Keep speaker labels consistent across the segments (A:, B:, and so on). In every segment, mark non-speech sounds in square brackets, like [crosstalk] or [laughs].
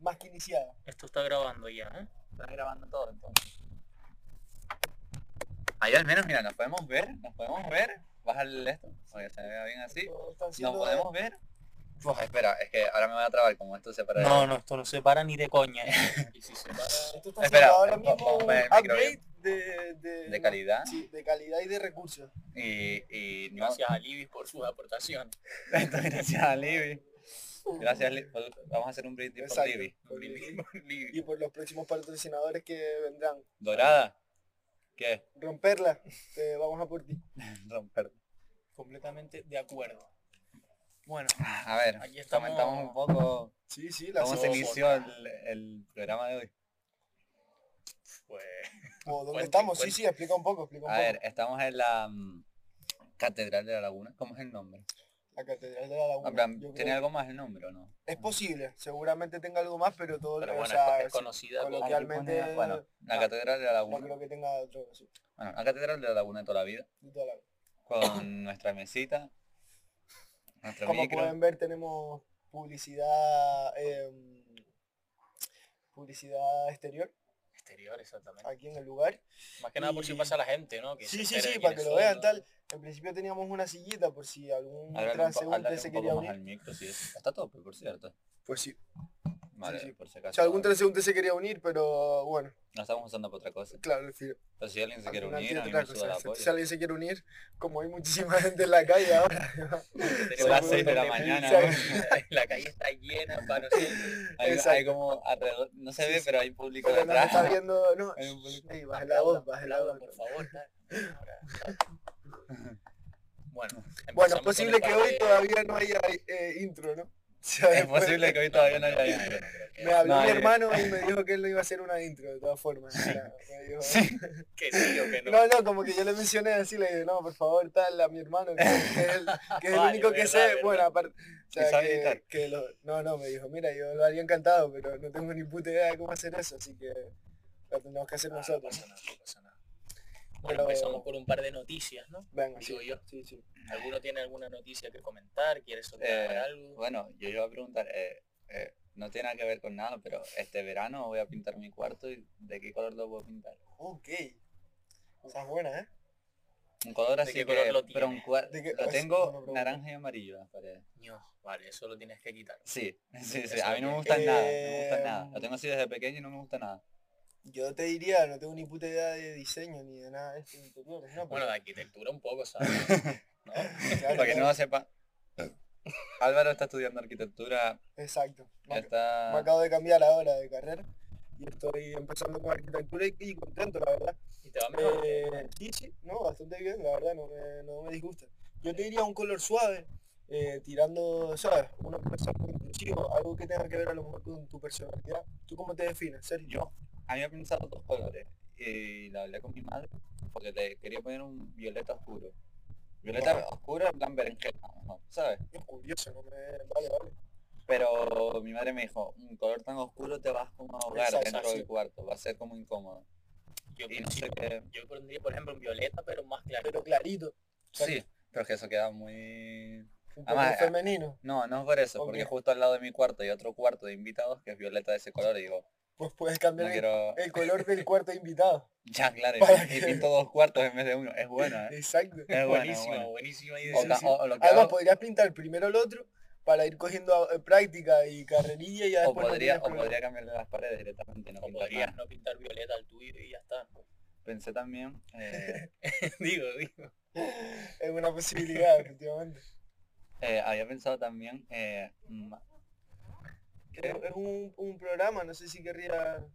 A: más que iniciada.
B: Esto está grabando ya, ¿eh?
C: Está grabando todo entonces. Ahí al menos, mira, nos podemos ver, nos podemos ver. Bajarle esto, para que se vea bien así.
A: Todo está
C: Nos
A: siendo-
C: podemos ver. Uf, espera, es que ahora me voy a trabar como esto se para.
B: No, no, esto no se para ni de coña.
D: [laughs] Y si se para,
A: Esto está
C: Espera,
A: siendo ahora
C: vamos-
A: mismo
C: vamos
A: un
C: a ver el micro
A: upgrade de, de,
C: De calidad.
A: sí, de calidad y de recursos.
C: Y, y no. [laughs]
D: gracias a Libis por sus aportaciones.
C: Gracias a Libby. Gracias, Li- Vamos a hacer un brindis por
A: Exacto.
C: Libby.
A: Por Libby.
C: Por Libby.
A: Y por los próximos patrocinadores que vendrán.
C: Dorada. ¿Qué? [laughs]
A: Romperla, te vamos a por ti.
C: Romper.
B: Completamente de acuerdo. Bueno,
C: A ver,
B: Aquí estamos.
C: comentamos un poco
A: Sí, sí, la
C: cómo se
A: hacemos.
C: inició el, el programa de hoy.
D: Pues
A: O ¿Dónde
D: Cuente,
A: estamos? Sí,
D: cuente.
A: sí, explica un poco, explica un
C: A
A: poco.
C: ver, estamos en la mm, Catedral de la Laguna. ¿Cómo es el nombre?
A: La Catedral de la Laguna.
C: En plan,
A: yo creo-
C: ¿Tiene algo más el nombre o no?
A: Es posible, seguramente tenga algo más, pero todo
D: pero
A: o
D: bueno,
A: sea,
D: es,
A: sí,
D: conocida
A: con-
D: como
A: Realmente-
C: Bueno, Bueno, la
A: ah,
C: Catedral de la
A: no
C: Laguna.
A: creo que tenga otro, sí,
C: Bueno, la Catedral de la Laguna de toda la vida.
A: de toda la vida. [coughs]
C: Con nuestra mesita. Nuestro
A: Como
C: micro.
A: pueden ver tenemos publicidad em, publicidad exterior
D: exterior, exactamente.
A: aquí en el lugar.
D: Más que nada por si
A: Y-
D: pasa la gente, ¿no? Que
A: Sí,
D: se
A: sí,
D: entere
A: sí,
D: quiénes
A: para que lo
D: son,
A: vean
D: ¿no?
A: tal. En principio teníamos una sillita por si algún
C: Háblale un, po- háblale
A: transeúnte se
C: un
A: quería
C: poco más
A: unir.
C: al micro, sí. es- Está tope, por cierto.
A: Pues sí,
C: Vale,
A: sí.
C: por si acaso.
A: si algún transeúnte se quería unir, pero bueno,
C: No estamos usando para otra cosa.
A: claro, es decir,
C: Pero si alguien se
A: al
C: quiere
A: final
C: unir,
A: tiene
C: a mí
A: otra
C: me suda la
A: cosa. Si-
C: polla.
A: Si alguien se quiere unir, como hay muchísima [laughs] gente en la calle ahora,
C: Son las 6 de la
A: [laughs]
C: mañana.
A: Exacto.
C: ¿no?
D: [laughs] la calle está llena para nosotros.
C: Hay, hay
A: Exacto.
C: como alrededor, no se
A: Sí,
C: ve,
A: sí.
C: pero hay público
A: Pero nos está
C: detrás.
A: viendo, no,
C: [laughs] Hay un público.
A: ey, baja la voz, baja pues. la
D: Aplaudan,
A: voz.
D: por favor. tal. Ahora, tal. Bueno,
A: Bueno,
D: empezamos
A: es
D: con
A: posible
D: el
A: que
D: par
A: hoy
D: de-
A: todavía no haya eh, intro, ¿no? [laughs] O sea,
C: [laughs] Es
A: después-
C: posible que hoy todavía no haya
D: No,
C: ido.
D: creo que-
A: Me habló
C: No,
A: mi
C: eh.
A: hermano y me dijo que él no iba a hacer una intro, de todas formas. o sea, me dijo-
D: Que sí o que no.
A: No, no, como que yo le mencioné así, le dije, no, por favor, tal, a mi hermano, que, que es el, que es el
D: Vale,
A: único que
D: verdad,
A: sé.
D: verdad.
A: Bueno, aparte, o
C: Que
A: sea,
C: sabe
A: que,
C: editar.
A: que lo- no, no, me dijo, mira, yo lo haría encantado, pero no tengo ni puta idea de cómo hacer eso, así que lo tenemos que hacer
D: Ah, no
A: nosotros.
D: pasa nada, no pasa nada. Bueno,
A: Pero-
D: empezamos por un par de noticias, ¿no?
A: Venga, sí,
D: Digo yo.
A: sí, sí.
D: ¿Alguno tiene alguna noticia que comentar? ¿Quiere soltar
C: Eh,
D: algo?
C: Bueno, yo iba a preguntar, eh, eh, no tiene nada que ver con nada, pero este verano voy a pintar mi cuarto y ¿de qué color lo voy a pintar?
A: Ok. Esa es buena, ¿eh?
C: Un color
D: ¿De
C: así
D: qué
C: que,
D: color lo
C: pero un cuarto,
A: ¿De qué-
C: lo
A: es una
C: tengo
A: pregunta.
C: naranja y amarillo las paredes.
D: No, vale, eso lo tienes que quitar.
C: Sí, [laughs] sí, sí,
D: Eso
C: a mí no me
D: que-
C: gustan nada, no me gustan nada. Lo
A: Em,
C: tengo así desde pequeño y no me gusta nada.
A: Yo te diría, no tengo ni puta idea de diseño ni de nada de estos interiores, ¿no?
D: Bueno, de arquitectura un poco, ¿sabes?
C: [laughs]
D: ¿No?
A: Pero-
D: [laughs]
A: claro,
C: Para que no
A: claro.
C: lo [laughs] sepa, Álvaro está estudiando arquitectura,
A: Exacto. Me, ac-
C: está...
A: me acabo de cambiar ahora de carrera y estoy empezando con arquitectura y, y contento, la verdad.
D: Y te va
C: Ah.
D: mejor.
A: Eh, sí, sí, no, bastante bien, la verdad, no me, no me disgusta. Yo te diría un color suave, eh, tirando, ¿sabes? Una cosa muy inclusiva, algo que tenga que ver a lo mejor con tu personalidad. ¿Tú cómo te defines, Sergio?
C: Yo había pensado dos colores y la hablé con mi madre porque le quería poner un violeta oscuro. Violeta oscuro en plan berenjena, a lo mejor, ¿sabes?
A: Es curioso, no me... Vale, vale.
C: Pero mi madre me dijo, un color tan oscuro te vas como a ahogar
A: Exacto,
C: dentro
A: sí.
C: del cuarto, va a ser como incómodo.
D: Yo,
C: Y no sé
D: pondría-
C: qué...
D: yo pondría, por ejemplo, un violeta, pero más claro.
A: Pero clarito,
C: Sí, pero es que eso queda muy...
A: un poco
C: Además,
A: femenino.
C: No, no es por eso, porque
A: Ok.
C: justo al lado de mi cuarto hay otro cuarto de invitados que es violeta de ese color y digo,
A: Pues puedes
C: no
A: cambiar el-
C: quiero...
A: el color del cuarto
C: [laughs]
A: invitado.
C: Ya, claro,
A: Eh, Para
C: y, y
A: que-
C: pinto dos cuartos en vez de uno. Es bueno,
A: [laughs]
C: ¿eh?
A: Exacto.
C: Es bueno, es
D: buenísima,
C: bueno.
D: buenísima idea.
C: O
A: Sí,
C: ca-
A: sí.
C: o- o lo que
A: Además
C: hago-
A: podrías pintar primero el otro para ir cogiendo eh, práctica y carrerilla y ya
C: O
A: [laughs] después no
C: podría,
A: tienes
C: o
A: problema.
C: podría cambiarle las paredes directamente, no
D: O
C: pintar
D: podrías
C: nada.
D: no pintar violeta al tuyo y ya está.
C: Pensé también, eh,
D: [laughs] digo, digo.
A: Es una posibilidad, efectivamente.
C: eh, había pensado también, eh, mm,
A: Es es un, un programa, no sé si querría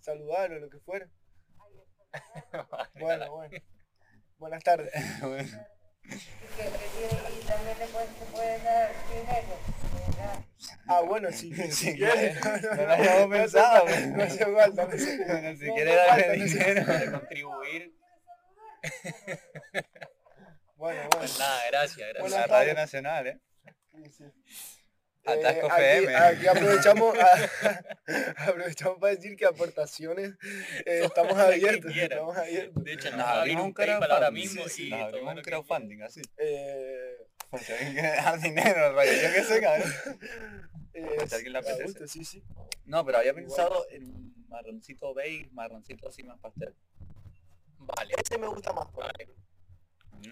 A: saludar o lo que fuera. Bueno, bueno. Buenas tardes.
E: que recibe y también le puede, se puede dar dinero. ¿verdad?
A: Ah, bueno, si, si
C: Sí,
A: quieres.
C: no, no lo habíamos
A: hace falta,
C: pensado, pero-
A: No hace falta. no hace-
C: [laughs] bueno, si
A: no
C: quiere
A: hace
C: darme
A: falta, no hace-
D: [laughs]
C: dinero. [laughs]
D: Para contribuir.
A: Bueno,
D: Pues
A: bueno.
D: nada, gracias,
C: Por
D: gracias.
C: la
A: Buenas
C: Radio
A: tardes.
C: Nacional, ¿eh?
A: sí, sí.
C: Atasco
A: Eh, aquí-
C: FM.
A: Aquí, aprovechamos, [laughs] a- aprovechamos para decir que aportaciones eh, estamos
D: Todas las que
A: abiertos.
D: quieran.
A: Estamos abiertos.
D: De hecho,
C: Nos
D: nos vamos a abrir
C: abrimos
D: un
C: un
D: PayPal ahora
C: crowdfunding,
D: mismo
C: sí,
D: y
C: sí, nos
D: todo
C: abrimos
D: lo
C: un
D: que
C: crowdfunding, así.
A: Eh,
C: Porque alguien quiere dar dinero, rollo, yo qué sé, cabrón.
A: eh,
C: si alguien le
A: a
C: apetece.
A: gusto, sí, sí.
C: No, pero había
A: Igual.
C: pensado en un marroncito beige, marroncito así más pastel.
B: Vale,
A: Ese Este me gusta más, por
B: Vale.
A: ejemplo.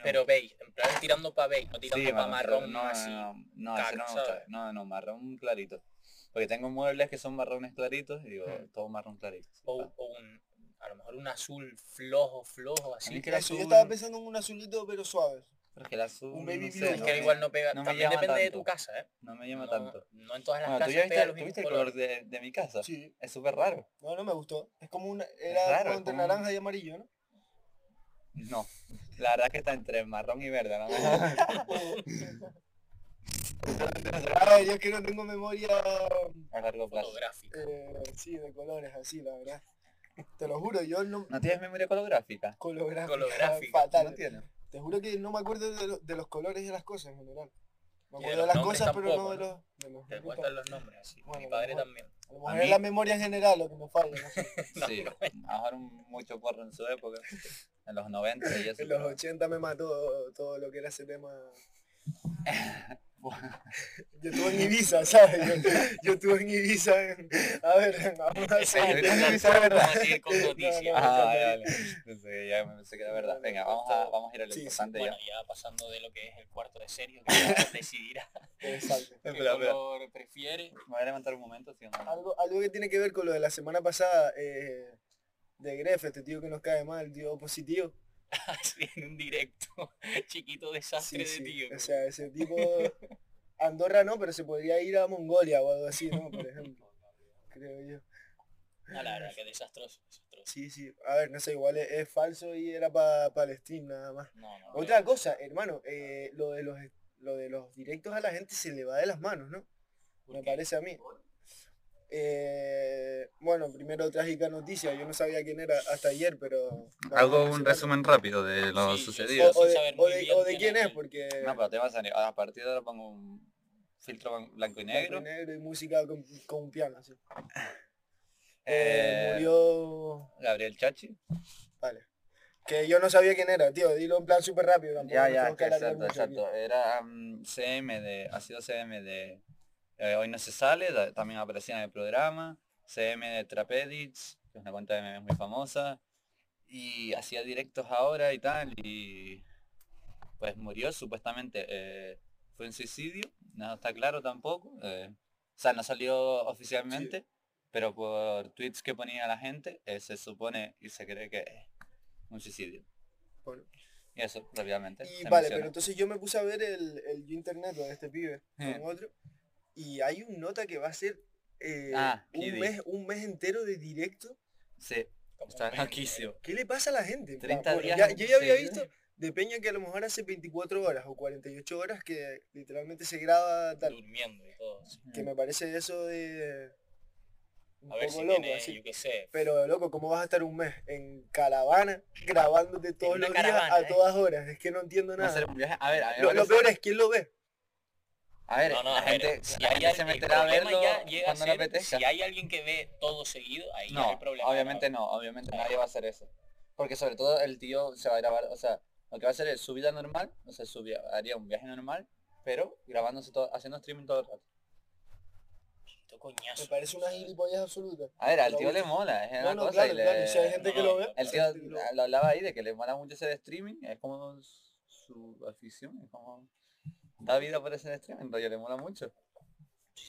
B: pero beige, en plan tirando para beige, no tirando
C: Sí,
B: para
C: marrón, pero
B: marrón, no,
C: no,
B: así.
C: No, no, ese no,
B: caca,
C: me gusta.
B: ¿sabes?
C: no, no, marrón clarito. Porque tengo muebles que son marrones claritos y digo,
B: Mm. Oh,
C: todo marrón clarito.
B: O, o un, a lo mejor un azul flojo, flojo, así.
C: mí
B: Es que,
C: que el
A: Azul, Este, Yo
C: azul-
A: estaba pensando en un azulito, pero suave.
C: Pero es que el azul,
A: Un baby
C: no sé,
A: blue,
C: no
A: que
C: me-
B: igual no pega.
C: no me
B: También
C: llama
B: depende de
C: tanto.
B: tu casa, ¿eh?
C: no me llama
B: no,
C: tanto.
B: no en todas las
C: Bueno, tú
B: casas pega
C: ya viste,
B: los
C: tú
B: mismos
C: viste el
B: colores.
C: color de, de mi casa.
A: Sí.
C: Es súper raro.
A: No, no me gustó. Es como una... Era
C: raro,
A: como
C: es
A: entre
C: como un-
A: naranja y amarillo, ¿no?
C: No. La verdad es que está entre marrón y
B: [laughs]
C: verde. ¿no?
A: Ay, yo es que no tengo memoria...
C: A largo plazo.
B: Fotográfico.
A: eh, sí, de colores así, la verdad. Te lo juro, yo no...
C: ¿No tienes memoria colográfica?
A: Colográfica.
B: Colográfica,
A: Fatal.
C: No
B: [laughs]
C: tienes.
A: Te juro que no me acuerdo de, lo- de los colores de las cosas en general. Me
B: Y de
A: acuerdo de
B: los
A: las
B: nombres
A: cosas, pero no
B: tampoco,
A: de los... de los
B: Te
A: nombres
B: cuentan los nombres, así.
A: Bueno,
B: Mi
A: a lo
B: padre
A: mejor. [laughs]
B: también.
A: A lo mejor
C: mí-
A: es la memoria en general lo que me falla. ¿no? [laughs]
C: Sí. A lo mejor un- mucho porro en su época. En los 90 y
A: [laughs]
C: eso.
A: en los
C: pero-
A: 80 me mató todo lo que era ese tema. Yo estuve en Ibiza, ¿sabes? Yo, yo estuve en Ibiza. en- A ver, vamos
B: [laughs]
A: a
B: Ese es
A: hacer.
B: el
C: sí,
B: plan,
C: sí, sí,
B: vamos
C: verdad.
B: a ir con noticias.
A: [laughs] No, no,
C: Ah, vale, vale. Pensé que ya me pensé que era verdad. Venga, vamos a, vamos a ir a lo
A: Sí, sí,
C: importante
B: Bueno,
C: ya.
B: ya pasando de lo que es el cuarto de serio, que ya [laughs]
C: [laughs]
B: decidirá
A: Exacto.
B: qué
C: Espera, espera.
B: color prefiere. [laughs]
C: Me voy a levantar un momento, sí, mamá.
A: Algo, algo que tiene que ver con lo de la semana pasada eh, de Grefe, este tío que nos cae mal, tío positivo.
B: Así en un directo. [laughs] Chiquito
A: Sí,
B: desastre
A: sí,
B: de tío. pues.
A: O sea,
B: [laughs]
A: ese tipo... Andorra no, pero se podría ir a Mongolia o algo así, ¿no? Por ejemplo. Creo yo.
B: No, la verdad, que desastroso. desastroso.
A: Sí, sí. A ver, no sé, igual es, es falso y era para Palestina nada más.
B: No, no, no.
A: Otra cosa, hermano, eh, lo, de los, lo de los directos a la gente se le va de las manos, ¿no?
B: ¿Por
A: Me
B: qué?
A: parece a mí. Eh, bueno, primero trágica noticia, yo no sabía quién era hasta ayer, pero...
D: Hago
A: no sé
D: un
A: nada.
D: resumen rápido de lo
B: Sí, yo
A: O,
D: sucedido.
A: o
B: sin
A: de,
B: saber
A: o
B: muy
A: de-
B: bien
A: o de
B: quién
A: quién
B: es
A: es,
B: él.
A: porque...
C: No, pero te vas a salir. A partir de ahora pongo un filtro ban- blanco y
A: blanco
C: negro.
A: y negro y música con, con un piano, así. Eh,
C: Eh,
A: murió...
C: Gabriel Chachi.
A: Vale. Que yo no sabía quién era, tío, dilo en plan súper rápido. tampoco
C: Ya,
A: nos
C: ya,
A: tenemos que
C: que
A: alargar
C: exacto,
A: mucho aquí.
C: exacto. Era mm, CM de, ha sido CM de eh, Hoy No Se Sale, da- también aparecía en el programa, CM de Trapedits, que es una cuenta de memes muy famosa, y hacía directos ahora y tal, y pues murió supuestamente, eh, fue un suicidio, no está claro tampoco, eh, o sea, no salió oficialmente, pero por tweets que ponía la gente, eh, se supone y se cree que es un suicidio.
A: Bueno.
C: Y eso, rápidamente.
A: Y
C: se
A: vale,
C: menciona.
A: pero entonces yo me puse a ver el, el Yo internet de este pibe
C: Eh.
A: con otro. Y hay un nota que va a ser eh,
C: Ah,
A: un,
C: Kiddy.
A: mes, un mes entero de directo.
C: Sí,
B: Como
C: está
B: un meme.
C: loquísimo.
A: ¿Qué le pasa a la gente? En plan,
C: 30
A: bueno,
C: días
A: ya-
C: en
A: yo ya había
C: seguido.
A: visto de Peña que a lo mejor hace 24 horas o 48 horas que literalmente se graba tal.
B: Durmiendo y todo. sí.
C: Hmm.
A: Que me parece eso de... Un
B: A ver
A: poco
B: si
A: loco,
B: tiene,
A: así.
B: yo qué sé.
A: Pero loco, ¿cómo vas a estar un mes en caravana grabándote todos
B: una
A: los días a
B: caravana, ¿eh?
A: todas horas? Es que no entiendo
C: Va a
A: nada.
C: ser un viaje. A ver, a mí me
A: Lo, lo
C: parece-
A: peor es quién lo ve.
C: A ver,
B: No, no,
C: la
B: a ver,
C: gente,
B: si
C: la
B: hay
C: gente se
B: al- el
C: meterá a
B: problema
C: verlo
B: ya llega a
C: cuando le
B: ser,
C: apetezca.
B: Si hay alguien que ve todo seguido, ahí ya es
C: No,
B: el problema.
C: obviamente no, obviamente nadie va a hacer eso. Porque sobre todo el tío se va a grabar, o sea, lo que va a hacer es su vida normal, o sea, su via- haría un viaje normal, pero grabándose todo, haciendo streaming todo el rato.
B: Esto coñazo.
A: Me parece una gilipollas absoluta.
C: A ver, al
A: Pero
C: tío
A: bueno.
C: le mola, es
A: No,
C: una
A: no,
C: cosa
A: claro,
C: y le-
A: claro, si hay gente
B: que lo
A: ve,
C: El
A: hay
C: tío
A: gente que Este lo ve.
C: lo hablaba ahí de que le mola mucho hacer streaming, es como su afición, es como da vida por hacer streaming, rollo, le mola mucho.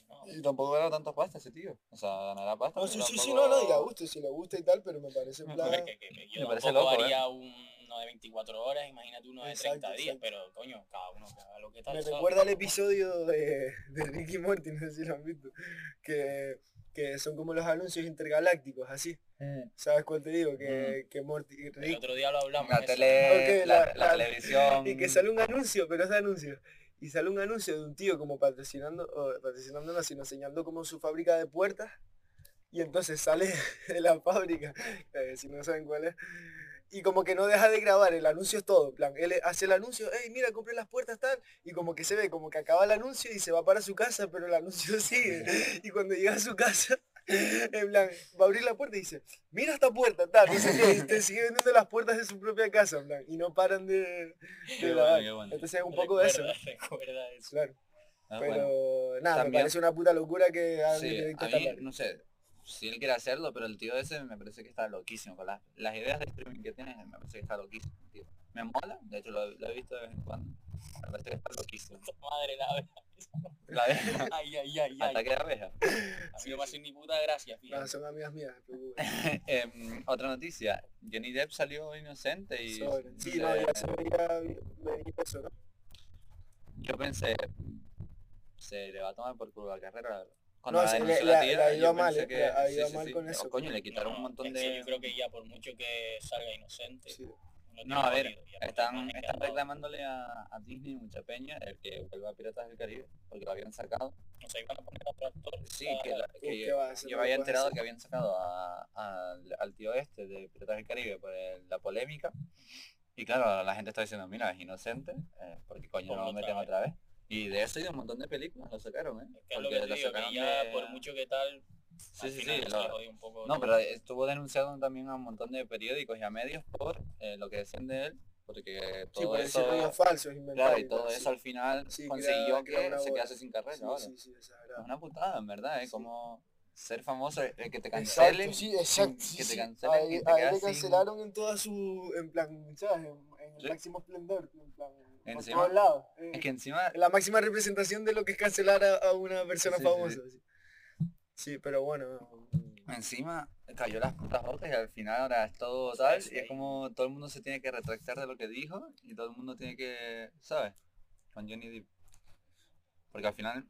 B: No,
C: Y tampoco gana tantas pastas ese tío. O sea, ganará pasta.
A: No,
C: pero
A: sí, sí, sí, no,
C: tampoco-
A: no, y la gusta, si le gusta y tal, pero me parece
C: [laughs]
A: en
C: Me
A: plan...
B: hombre, que- que- que yo
C: Me parece
B: tampoco
C: loco, ¿eh?
B: haría uno de 24 horas, imagínate uno de 30
A: Exacto,
B: días,
A: exacto.
B: pero coño, cada uno que haga lo que tal.
A: Me
B: ¿sabes?
A: recuerda al episodio de, de Ricky Morty, no sé si lo han visto, que, que son como los anuncios intergalácticos, así. ¿Sabes cuál te digo?
C: Mm.
A: Que, que Morty...
B: El
A: Rick,
B: otro día lo hablamos.
C: Eh, La
B: eso.
C: tele,
A: Ok,
C: la,
A: la-
C: la
A: la- [laughs]
C: televisión.
A: y que sale un anuncio, pero es de anuncio. Y sale un anuncio de un tío como patrocinando, o patrocinando no, sino señalando como su fábrica de puertas. Y entonces sale [laughs] de la fábrica, [laughs] eh, si no saben cuál es. Y como que no deja de grabar, el anuncio es todo. en plan, él hace el anuncio, hey, mira, compré las puertas tal. Y como que se ve, como que acaba el anuncio y se va para su casa, pero el anuncio [laughs] sigue. Y cuando llega a su casa, [laughs] en plan, va a abrir la puerta y dice, mira esta puerta tal. No sé qué, y te sigue vendiendo las puertas de su propia casa, en plan, Y no paran de,
C: Qué
A: de
C: bueno,
A: grabar.
C: qué bueno.
A: Entonces es un poco de eso,
B: Recuerda- Recuerda eso.
A: claro.
C: Ah,
A: pero
C: bueno.
A: nada, me
C: También-
A: parece una puta locura que hagan
C: Sí,
A: directo
C: a
A: esta
C: mí,
A: tarde.
C: no sé, si él quiere hacerlo, pero el tío ese me parece que está loquísimo. Con las, las ideas de streaming que tiene, me parece que está loquísimo, tío. Me mola, de hecho lo, lo he visto de vez en cuando. Me parece que está loquísimo.
D: Madre la
C: [laughs]
D: abeja.
C: La abeja.
D: Ay, ay, ay, ay.
C: Ataque de [laughs] abeja.
D: A mí no me hace ni puta gracia,
A: No,
D: fíjate.
A: son amigas mías, no te preocupes.
C: Em, otra noticia. Johnny Depp salió inocente y...
A: Sobre. Sí, no,
C: eh,
A: ya se veía venir eso, ¿no?
C: Yo pensé, se le va a tomar por culo la carrera. Cuando
A: No,
C: la
A: sí, le-
C: denunció
A: le-
C: la
A: le
C: tía,
A: ha ido
C: yo
A: mal,
C: pensé
A: eh,
C: que...
A: le ha
C: sí,
A: ido
C: sí,
A: mal
C: sí.
A: con
C: Oh,
A: eso.
C: coño, le quitaron un
D: No,
C: montón
D: es
C: de...
D: que yo creo que ya por mucho que salga inocente.
A: Sí.
D: uno tiene
C: No, a ver,
D: jodido, ya por
C: están,
D: imagen
C: están
D: ya no-
C: reclamándole a, a Disney mucha peña el que vuelva a Piratas del Caribe, porque lo habían sacado.
D: No sé, van a poner a otro actor.
C: Sí,
D: Ah,
C: que, la- que
A: ¿qué
C: yo,
A: va a hacer?
C: yo
A: No
C: me había
A: puedes
C: enterado
A: hacer.
C: que habían sacado a- al- al tío este de Piratas del Caribe por el- la polémica. Y claro, la gente está diciendo, mira, es inocente, eh, porque coño
D: Ponlo
C: no lo
D: otra
C: meten
D: vez.
C: otra vez. Y de eso y de un montón de películas lo sacaron, ¿eh?
D: Es eh. que es lo que
C: Porque
D: te digo,
C: lo
D: que
C: sacaron
D: ya
C: de-
D: por mucho que tal,
C: Sí,
D: al
C: sí,
D: final
C: sí,
D: se le
C: lo-
D: jodió un poco.
C: No,
D: todo.
C: pero estuvo denunciado también a un montón de periódicos y a medios por eh, lo que decían de él, porque
A: Sí,
C: todo
A: por decir
C: eso,
A: rollos falsos,
C: claro,
A: inventarios.
C: y todo
A: sí.
C: eso al final
A: Sí, crea-
C: consiguió
A: crea
C: que
A: una
C: se
A: bola.
C: quedase sin carrera.
A: Sí,
C: ahora.
A: sí, sí, esa
C: Es
A: verdad.
C: una putada, en verdad, ¿eh?
A: Sí.
C: Como ser famoso, eh, que te cancelen.
A: Exacto, sí, exacto.
C: que
A: sí,
C: te
A: sí.
C: cancelen
A: A
C: y
A: él-
C: te
A: a él
C: quedas
A: le
C: sin-
A: cancelaron en toda su, en plan, ¿sabes? En, en el
C: Sí.
A: máximo esplendor, en plan, por
C: Encima-
A: todos lados. eh,
C: Es que encima,
A: La máxima representación de lo que es cancelar a, a una persona
C: Sí, sí,
A: famosa. Sí. Sí, pero bueno.
C: encima cayó las putas botas y al final ahora es todo, ¿sabes? Y es
D: sí.
C: como todo el mundo se tiene que retractar de lo que dijo y todo el mundo tiene que, ¿sabes? Con Johnny Depp. Porque al final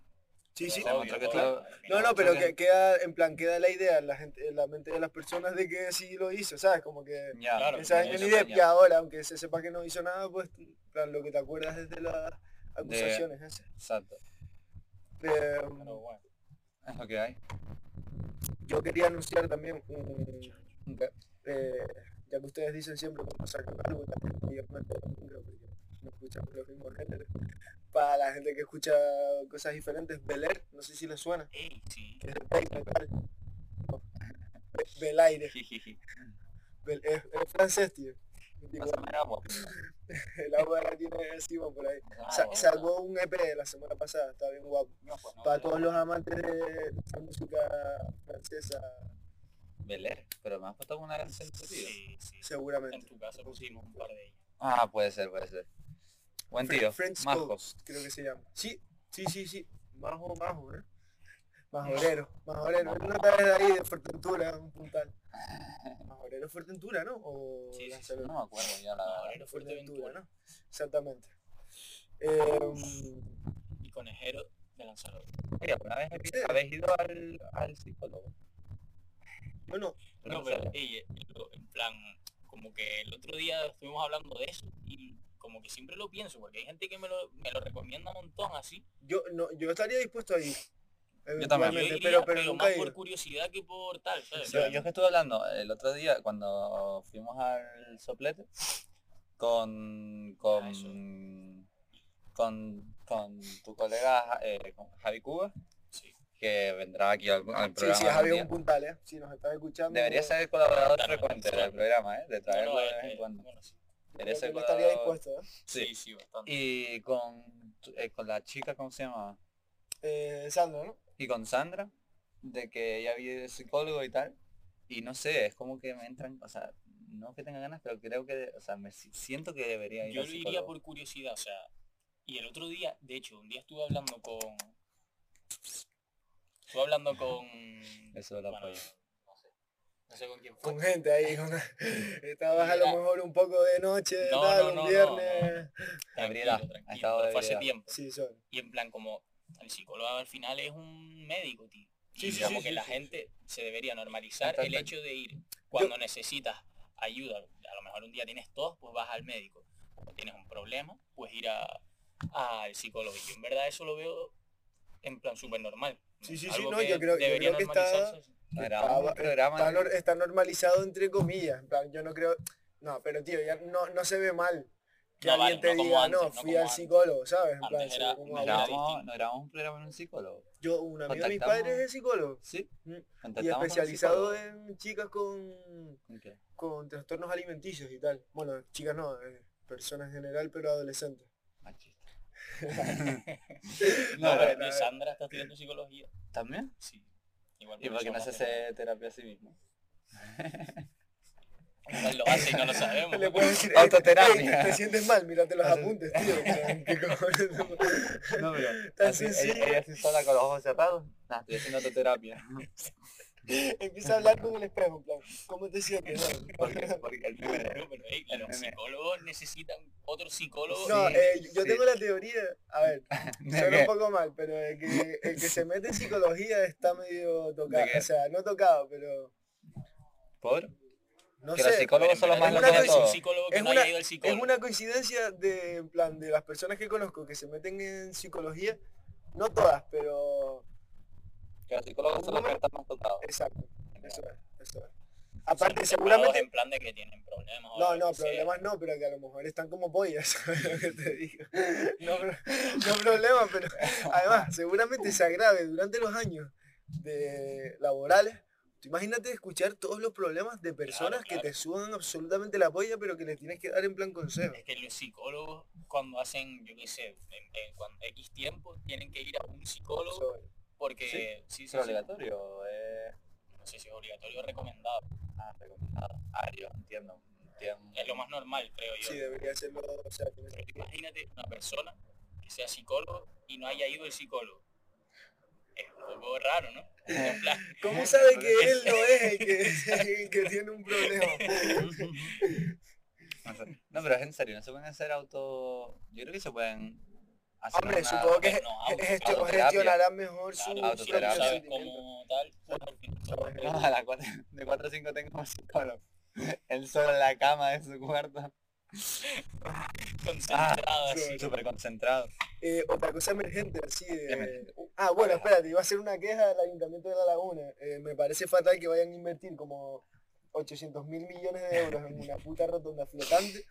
A: Sí, sí.
C: se demostró que todo...
A: No, no, pero
C: demostró
A: que queda, en plan, queda la idea en la, gente, en la mente de las personas de que sí lo hizo, ¿sabes? Como que
C: Ya,
D: Claro,
A: esa
D: como
A: es
D: eso
A: Johnny Depp ya ahora, aunque se sepa que no hizo nada, pues en plan, lo que te acuerdas es de las acusaciones esas.
C: Exacto.
A: Eh,
D: Pero bueno,
C: Es lo que hay.
A: yo quería anunciar también, un- eh, ya que ustedes dicen siempre cuando sacan algo, también que yo me entero nunca, porque no escuchamos los mismos géneros. Para la gente que escucha cosas diferentes, Beler, no sé si les suena,
D: ey, sí.
A: que es el país metal. Be- Belaire,
C: Jijiji.
A: Bel- es, es francés, tío. Digo,
C: Pásame el agua.
A: el agua la tiene encima por ahí. Sa-
C: Ah,
A: sacó un EP la semana pasada, está bien guapo.
D: No, pues no,
A: Para
D: no,
A: todos los amantes de de la música francesa,
C: Beler, pero me has puesto una canción tú, tío.
D: Sí, sí. En
A: seguramente.
D: tu casa pusimos un par de ellas.
C: Ah, puede ser, puede ser. Buen
A: Fre-
C: tío.
A: French
C: Majo.
A: Toast, creo que se llama. Sí, sí, sí, sí. Majo, majo, ¿eh? Majorero, majorero. Él no está de ahí, de Fortentura, un puntal. Majorero es Fortentura, ¿no? O
D: Sí, sí,
A: Lanzarote.
C: No me acuerdo ya la verdad.
D: Ahorero Fuerteventura
A: ¿no? Exactamente. Eh,
D: y Conejero de Lanzarote.
C: Oye, ¿alguna vez habéis- habéis ido al, al psicólogo?
A: bueno,
D: No, pero ey, lo- en plan, como que el otro día estuvimos hablando de eso y como que siempre lo pienso, porque hay gente que me lo, me lo recomienda un montón así.
A: yo, no, yo estaría dispuesto a ir.
C: también.
D: Yo
A: eventualmente,
D: iría,
A: pero,
D: pero,
A: pero nunca
D: más
A: he
D: por
A: ido.
D: curiosidad que por tal, ¿sabes?
C: Yo, yo es que estuve hablando el otro día cuando fuimos al soplete con
D: Ah, eso.
C: con con, con tu colega eh, con Javi Cuba
D: Sí.
C: que vendrá aquí al, al
A: Sí,
C: programa
A: sí,
C: algún
A: Javier es
C: día.
A: un puntal, ¿eh? Si nos estás escuchando.
C: Debería ser el colaborador
D: Claro,
C: frecuente
D: sí.
C: del programa, ¿eh? De traerlo
D: No, no,
C: de
D: eh,
C: vez en
D: eh,
C: cuando.
D: bueno, sí.
C: Debería
A: creo
C: ser
A: que
C: el
A: no estaría
C: colaborador.
A: dispuesto, ¿eh?
C: Sí.
D: sí, sí, bastante.
C: Y con, tu- eh, con la chica, ¿cómo se llama?
A: Eh, Sandra, ¿no?
C: Y con Sandra, de que ella había ido al psicólogo y tal. Y no sé, es como que me entran, o sea, no que tenga ganas, pero creo que, o sea, me si- siento que debería ir
D: Yo
C: al
D: lo iría
C: psicólogo.
D: por curiosidad, o sea, y el otro día, de hecho, un día estuve hablando con... Estuve hablando con...
C: Eso de la
D: bueno,
C: polla.
D: no sé. No sé con quién fue.
A: Con gente ahí. con- Estabas a lo
D: Mira.
A: mejor un poco de noche,
D: No,
A: tal,
D: no,
A: un
D: no, no,
A: viernes.
C: Ebriedad,
D: Tranquilo,
C: ha
D: tranquilo,
C: estado
D: pero
C: de
D: fue hace
C: ebriedad.
D: tiempo.
A: Sí, son.
D: Y en plan, como el psicólogo al final es un médico, tío.
A: Sí,
D: y
A: sí,
D: como
A: sí,
D: que
A: sí,
D: la
A: sí,
D: gente se debería normalizar el
C: Exacto.
D: hecho de ir cuando necesitas ayuda. A lo mejor un día tienes tos, pues vas al médico. Cuando tienes un problema, pues ir a- al psicólogo. Y yo en verdad eso lo veo en plan súper normal.
A: Sí, sí, sí,
D: Algo
A: no, yo creo- yo
D: debería
A: creo que está-
D: normalizarse.
C: Grabamos un
A: Estaba-
C: programa
A: Está,
C: de-
A: nor- está normalizado entre comillas. En plan, yo no creo. No, pero tío, ya no, no se ve mal. Que
D: No,
A: alguien
D: vale,
A: te
D: no como
A: diga,
D: antes,
A: no,
D: no
A: fui
D: como
A: al
D: antes.
A: psicólogo, ¿sabes? En
D: Antes
A: plan, se ve
D: era-
A: como
D: no
C: ¿No
A: aburrido.
D: era-
C: grabamos, ¿no grabamos un programa en un psicólogo?
A: Yo, un amigo de mis
C: Contactamos-
A: padres es psicólogo.
C: Sí.
A: Mm. Y Y
C: Contactamos con un
A: especializado
C: psicólogo.
A: en chicas con,
C: ¿Con qué?
A: con trastornos alimenticios y tal. Bueno, chicas no, eh, personas en general, pero adolescentes.
C: Machista.
D: No,
A: No,
D: pero
A: no,
D: mi
A: no.
D: Sandra está estudiando psicología.
C: ¿También?
D: Sí. Igual
C: Y porque no se
D: eso
C: hace terapia a sí
D: [laughs]
C: mismo.
D: Igual [laughs] lo hace y no lo sabemos.
A: Le [laughs] puedes decir,
C: Autoterapia.
A: "Ey, te, te sientes mal, mírate los
C: Auto-
A: apuntes, tío. o sea, ¿Qué [laughs] cojones?
C: No, pero
A: Tan
C: así,
A: sencillo.
C: ella, ella así sola con los ojos cerrados. Nah, estoy
A: [laughs]
C: haciendo autoterapia.
A: Empieza a hablar con el espejo, en plan, ¿cómo te sientes?
C: Porque, porque el primer...
D: Pero, pero, ey, a los psicólogos necesitan otro psicólogo.
A: No,
D: Sí.
A: eh, yo
C: sí.
A: tengo la teoría, a [laughs] ver, suena
C: [laughs]
A: un
C: De
A: poco mal, pero el que, el que se mete en psicología está medio tocado,
C: ¿De qué?
A: o sea, no tocado, pero
C: que- ¿Por?
A: no
C: Que los
A: sé.
C: psicólogos son los
A: verdad es
C: más
A: una
C: locos de
A: cosa-
D: un
C: todos.
D: psicólogo que
A: Es
D: no
A: una-
D: haya ido al
A: Es
D: psicólogo.
A: una coincidencia de, en plan, de las personas que conozco que se meten en psicología, no todas, pero
C: Que los psicólogos son los que están más tocados.
A: exacto, eso es, eso es.
D: Son
A: Aparte,
D: psicólogos
A: seguramente
D: en plan de que tienen problemas. o
A: No,
D: lo
A: no,
D: que sea.
A: problemas no, pero que a lo mejor están como pollas, [laughs] ¿sabes lo que
D: [laughs]
A: te digo? No, pro- no problemas, pero además, seguramente se agrave durante los años de laborales. Tú imagínate escuchar todos los problemas de personas que
D: claro.
A: te sudan absolutamente la polla, pero que les tienes que dar en plan consejo.
D: Es que los psicólogos cuando hacen, yo qué sé, en, en- cuando- X tiempo, tienen que ir a un psicólogo
A: So,
D: porque sí, sí,
C: Es
D: sí,
C: obligatorio, eh,
D: no sé si es obligatorio o recomendado.
C: ah, recomendado. Ah, yo entiendo. entiendo.
D: Es lo más normal, creo yo.
A: sí, debería serlo, o sea, tienes
D: Pero
A: que-
D: [laughs] imagínate una persona que sea psicólogo y no haya ido el psicólogo. Es un poco raro, ¿no? En plan,
A: ¿Cómo sabe que él no es el que, [laughs] el que tiene un problema?
C: No sé. No, pero es en serio, no se pueden hacer auto... Yo creo que se pueden hacer
A: Hombre,
C: una-
A: supongo
C: [laughs]
A: que
D: no, auto-
A: gest-
C: autoterapia.
A: gestionarán mejor su
D: claro,
A: propio
D: si no
C: autoterapia.
D: Ah, sabes
A: sentimiento.
D: cómo tal, pues al final
A: Ah,
D: todo es
C: No, a las cuatro- de 4 a 5 tengo un psicólogo. Él solo en la cama de su cuarto,
D: concentrado así.
C: súper concentrado.
A: Eh, otra cosa emergente, así de...
C: Emergente.
A: Ah, bueno, espérate, iba a hacer una queja al Ayuntamiento de La Laguna. Eh, me parece fatal que vayan a invertir como 800 mil millones de euros en una puta rotonda flotante.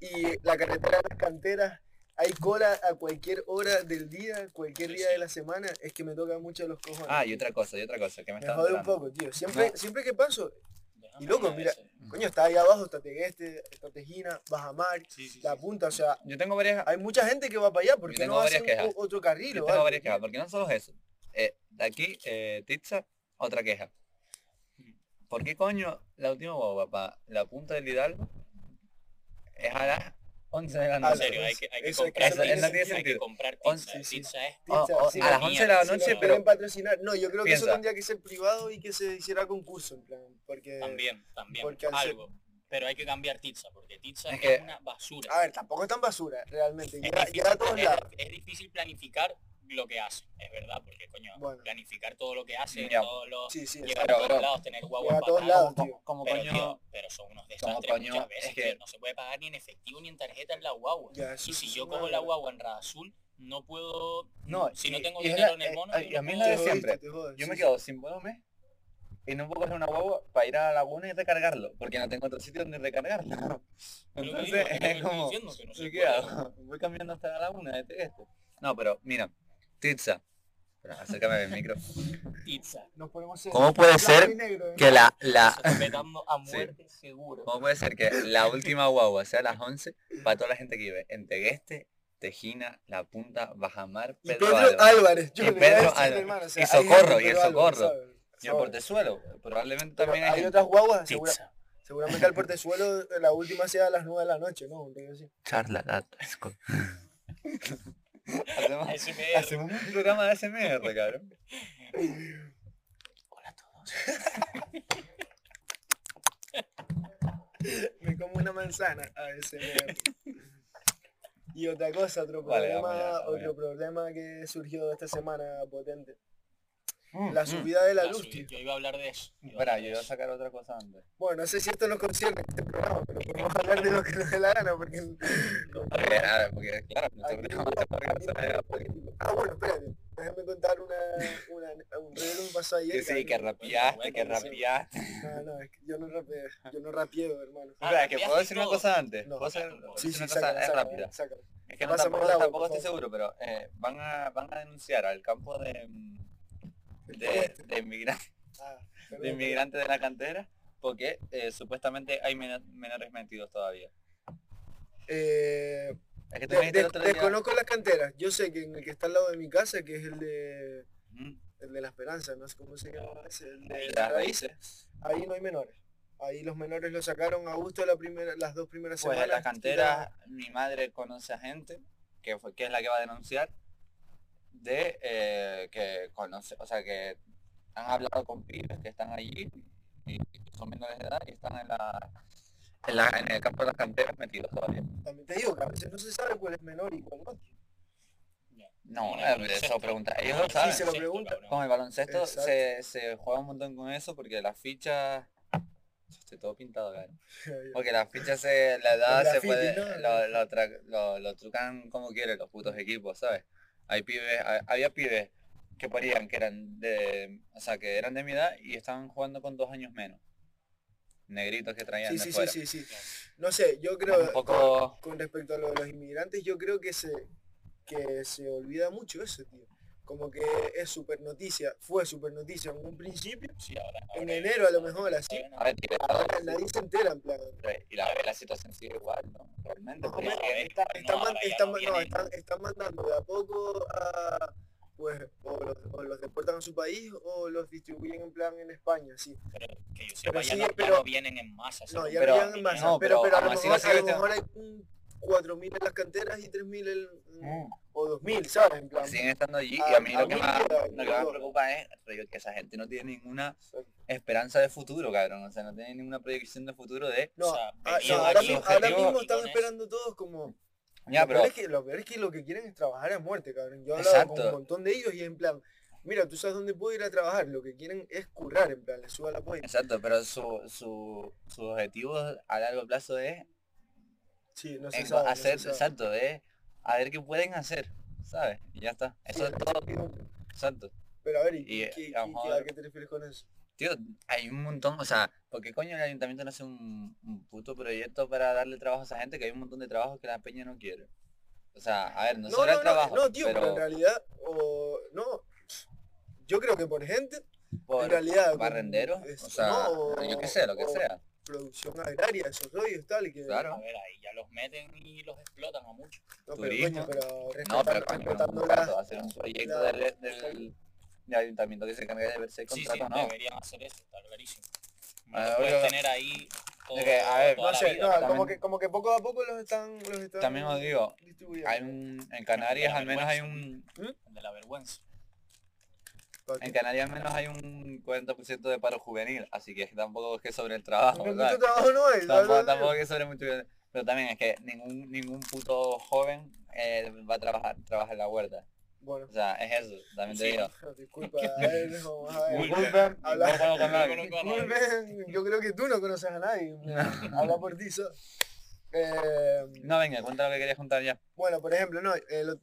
A: Y la carretera de las canteras, hay cola a cualquier hora del día, cualquier
D: Sí,
A: día
D: sí.
A: de la semana. Es que me tocan mucho los cojones.
C: Ah, y otra cosa, y otra cosa, que me
A: me
C: está
A: jode un poco, tío. Siempre,
C: No.
A: siempre que paso,
D: Déjame
A: Y loco,
D: una de
A: mira.
D: esas.
A: coño, está ahí abajo, está Tegueste, está Tejina, Bajamar,
D: Sí, sí,
A: La
D: sí.
A: Punta, o sea...
C: Yo tengo varias,
A: Hay mucha gente que va para allá, porque
C: tengo
A: no
C: varias
A: hacen
C: quejas.
A: o- otro carril?
C: yo
A: o
C: tengo
A: algo,
C: varias
A: tío?
C: quejas, porque no solo es eso. Eh, de aquí, eh, Titsa, otra queja. ¿Por qué coño la última boba para la punta del Hidalgo es a las 11 de la
A: Ah,
D: En
C: noche?
D: serio, hay que, hay que
A: Eso es que
D: comprar
C: eso no
D: pizza,
C: tiene
D: hay que
C: sentido.
D: comprar
C: Once,
D: pizza,
A: sí, Eh,
D: pizza es
A: Pizza,
C: O- o-
A: sí,
C: Oh, a las
D: mierda,
C: 11 de la
D: sí, no,
C: noche,
A: Sí,
C: pero
A: quieren patrocinar. No, yo creo que eso
C: piensa.
A: tendría que ser privado y que se hiciera concurso, en plan, porque...
D: también, también,
A: porque al ser-
D: algo. Pero hay que cambiar pizza, porque pizza
C: Es
D: es,
C: que-
D: una basura.
A: A ver, tampoco es tan basura, realmente.
D: Es
A: Llega, llega a todos
D: es-
A: lados.
D: es difícil planificar lo que hace, es verdad, porque coño,
A: Bueno.
D: planificar todo lo que hace,
C: Ya.
D: todos los
A: Sí, sí.
D: llegar a
C: Pero,
D: todos
C: bro,
D: lados, tener guagua
A: llega a todos lados, tío.
C: como
D: pero,
C: coño...
D: tío, pero son unos desastres
C: coño,
D: muchas veces,
C: es que-
D: tío, no se puede pagar ni en efectivo ni en tarjeta en la guagua.
A: Ya,
D: y
A: eso
D: si
A: es
D: yo
A: una
D: cojo la
A: verga.
D: guagua en Radazul, no puedo,
C: No,
D: si no
C: y-
D: tengo
C: y es
D: dinero
C: la-
D: en el
C: eh,
D: mono,
C: ay,
D: yo
C: a mí
D: no
C: la de
A: Te
D: puedo-
A: jodiste,
C: siempre.
A: te jodes,
C: Yo
A: sí,
C: me
A: sí.
C: quedo sin volumen y no puedo coger una guagua para ir a la laguna y recargarlo, porque no tengo otro sitio donde recargarlo. [laughs]
D: Pero te
C: Entonces
D: digo, es lo que
C: es
D: estoy
C: como,
D: diciendo, que no se
C: ¿y qué
D: puede.
C: hago? [laughs] Voy cambiando hasta la laguna de este. No, pero mira, Titsa, espera, acércame del micro.
D: pizza.
A: Nos ponemos en
C: [laughs] ¿Cómo puede
A: blanco y
C: ser
A: negro, ¿eh?
C: que la, la,
D: Eso está petando a
C: Ah. Sí.
D: muerte seguro.
C: cómo puede ser que la última guagua sea a las 11 para toda la gente que vive en Tegueste, Tejina, La Punta, Bajamar,
A: Y
C: Pedro,
A: Pedro
C: Álvarez.
A: Álvarez. Yo
C: Y
A: le voy a
C: Pedro
A: decir,
C: Álvarez.
A: hermano, o
C: Y
A: sea, hay gente
C: Socorro, y
A: Pedro
C: el
A: Álvarez,
C: Socorro.
A: ¿sabes?
C: Y el
A: Socorro.
C: portezuelo, probablemente
A: Pero
C: también hay,
A: Hay
C: gente.
A: otras guaguas, segura-
D: Pizza.
A: seguramente al portezuelo la última sea a las 9 de la noche, ¿no? Un rollo así.
C: Charlatanesco. hacemos,
D: ASMR.
C: hacemos [laughs] un programa de SMR, cabrón.
D: Hola a todos.
A: Me como una manzana a ese Y otra cosa, otro
C: Vale,
A: problema,
C: vamos ya, vamos
A: otro problema que surgió esta semana potente.
C: Mm,
A: La subida de la luz, tío.
D: Yo iba a hablar de eso. iba
C: mm.
D: a
C: Espera,
D: hablar
C: yo
D: de
C: iba a
D: eso.
C: sacar otra cosa antes.
A: Bueno, no sé si esto nos concierne este programa, pero podemos hablar de lo que nos dé la gana,
C: [laughs]
A: porque...
C: Porque, ah, porque, claro, nuestro
A: Aquí
C: programa se puede hacer de-
A: Ah, bueno, espérate. Déjame contar una, una, un rollo que me pasó ayer.
C: Sí, sí, que
A: cabrón.
C: rapeaste, que
A: bueno, sí.
C: rapeaste.
A: No, no, es que yo no rapeo, yo no rapeo, hermano.
D: Ah,
C: Espera, que puedo
D: rapeaste
C: decir una
D: todo.
C: cosa antes.
A: No,
C: ¿Puedo hacer-
D: sí,
C: puedo
A: Sí,
C: decir
A: sí,
C: una cosa
A: sácala,
C: es
A: sácala,
C: rápida.
A: sácala.
C: Es que no
A: Pásame
C: tampoco,
A: el agua,
C: tampoco
A: por
C: estoy seguro, pero eh, van, a, van a denunciar al campo de, mm, de,
A: Oeste.
C: de inmigrantes
A: Ah,
C: [laughs] de,
A: perdón.
C: inmigrantes de la cantera porque eh, supuestamente hay mena- menores metidos todavía.
A: Eh,
C: Es que tú
A: De-
C: me dijiste el
A: de-
C: otro día-
A: desconozco las canteras. Yo sé que en el que está al lado de mi casa, que es el de
C: Mm,
A: el de la esperanza, no sé cómo se llama ese, el de
C: Las
A: las
C: raíces.
A: raíces. Ahí no hay menores. Ahí los menores lo sacaron a gusto la primera, las dos primeras
C: Pues en
A: semanas.
C: la cantera mi madre conoce a gente, que, fue, que es la que va a denunciar, de eh, que conoce, o sea que han hablado con pibes que están allí y y son menores de edad y están en la, en la- en el campo de las canteras metidos todavía.
A: También te digo que a veces no se sabe cuál es menor y cuál no. [laughs]
C: No,
D: Como en el
C: eh,
D: baloncesto.
C: eso pregunta. Ellos
D: Como en
C: lo
D: el
C: saben.
A: se lo
D: baloncesto,
A: pregunta.
D: cabrón.
C: Con el baloncesto
A: Exacto.
C: se, se juega un montón con eso porque las fichas. Estoy todo pintado, claro. Porque las fichas se, la edad
A: Los
C: se puede,
A: grafitis, ¿no?
C: lo, lo, tra- lo- lo trucan como quieren los putos equipos, ¿sabes? Hay pibes, ha- había pibes que parían que eran de, o sea, que eran de mi edad y estaban jugando con dos años menos. Negritos que traían
A: Sí,
C: de
A: sí, sí,
C: fuera.
A: sí, sí. No sé, yo creo
C: Un poco,
A: con respecto a lo de los inmigrantes, yo creo que se, que se olvida mucho eso, tío. Como que es super noticia, fue super noticia en un principio,
D: Sí, ahora,
A: en
D: ahora-
A: enero a lo mejor así,
D: ahora no.
C: a ver, tío,
A: ahora nadie se entera en plan.
C: y la, la situación sigue igual, ¿no? Realmente, pues,
A: Más o menos.
C: porque-
D: a ver,
A: Está-
D: no,
A: están man-
D: ahora ya
A: están
D: no
A: man- no,
D: viene.
A: están- están mandando de a poco a pues o los, o los deportan a su país o los distribuyen en plan en España, sí.
D: Pero que
A: Pero
D: yo sepa, ya,
A: sí,
D: no, ya
A: pero-
D: no vienen en masa.
A: No,
D: según
A: ya
C: Pero-
A: no llegan en masa,
C: no,
A: pero,
C: pero
A: pero a lo
C: aún así
A: mejor,
C: lo
A: a lo
C: sigue-
A: mejor hay un 4.000 en las canteras y 3.000 en-
C: Mm.
A: o 2.000, ¿sabes? En plan,
C: siguen estando allí y
A: a-
C: a mí
A: a
C: lo que
A: mí me
C: más
A: da
C: lo que más me
A: miedo.
C: preocupa es rollo, que esa gente no tiene ninguna
A: Exacto.
C: esperanza de futuro, cabrón. O sea, no tiene ninguna proyección de futuro de...
A: no,
D: o sea,
A: ah,
D: venía
A: no, ahora,
C: aquí,
A: mi-
C: su
A: ahora
C: objetivo,
A: mismo están
D: millones.
A: esperando todos como...
C: Ya,
A: lo,
C: pero
A: peor es que, lo peor es que lo que quieren es trabajar a muerte, cabrón. Yo he hablado con un
C: Exacto.
A: montón de ellos y en plan, mira, tú sabes dónde puedo ir a trabajar, lo que quieren es currar, en plan, le suba la polla.
C: [laughs] Exacto, pero su, su, su objetivo a largo plazo es
A: Sí, no se
C: en-
A: sabe. no se
C: hacer,
A: sabe.
C: exacto, es a ver qué pueden hacer, ¿sabes? Y ya está.
A: Sí,
C: Eso es todo,
A: efectivamente.
C: exacto.
A: Pero a ver, ¿y,
C: Y,
A: qué-
C: eh,
A: qué-
C: a lo
A: qué-
C: mejor-
A: a qué te refieres con eso?
C: Tío, hay un montón, o sea, ¿por qué coño el ayuntamiento no hace un, un puto proyecto para darle trabajo a esa gente? Que hay un montón de trabajos que la peña no quiere. O sea, a ver, no,
A: no,
C: será
A: no,
C: trabajo,
A: no, tío, pero...
C: pero
A: en realidad, o no, yo creo que por gente,
C: por
A: en realidad, con-
C: barrendero,
A: es-
C: o sea,
A: no,
C: yo qué sé, lo que
A: o-
C: sea,
A: producción agraria, esos rollos, tal, que...
C: claro.
D: A ver, ahí ya los meten y los explotan a muchos.
A: no, pero,
C: turismo.
A: coño, pero
C: No,
A: respetando-
C: pero coño,
A: respetando
C: un
A: las-
C: contrato, hacer un proyecto
A: la-
C: del, del- del ayuntamiento que se encargue de verse el
D: Sí,
C: contrato,
D: sí,
C: no.
D: deberían hacer eso, está clarísimo. No
C: Ah,
D: los puedes
C: oiga.
D: tener ahí todo,
C: que, a ver,
D: toda
A: no
D: la
A: sé,
D: vida.
A: no, como,
C: también-
A: que, como que poco a poco los están, los están
C: También os digo,
A: distribuyendo.
C: Hay un, en Canarias al menos hay un,
D: El de la vergüenza.
A: Pa'
C: en
A: que-
C: Canarias al menos hay un 40% de paro juvenil, así que tampoco es que sobre el trabajo,
A: Mucho
C: ¿sabes?
A: trabajo no es, ¿sabes?
C: Tampoco, tampoco es que sobre mucho, pero también es que ningún, ningún puto joven eh, va a trabajar, trabaja en la huerta,
A: Bueno,
C: o sea, es eso, también te
D: Sí.
C: digo.
A: [laughs] disculpa, a ver, vamos a ver.
C: Disculpen,
A: Habla-
C: no conozco
D: [laughs]
C: a nadie.
A: [laughs]
D: No conozco a nadie.
A: Disculpen, yo creo que tú no conoces a nadie.
C: [laughs]
A: Habla por ti, so. Eh,
C: No, venga, cuenta lo que querías contar ya.
A: Bueno, por ejemplo, no, eh, lo-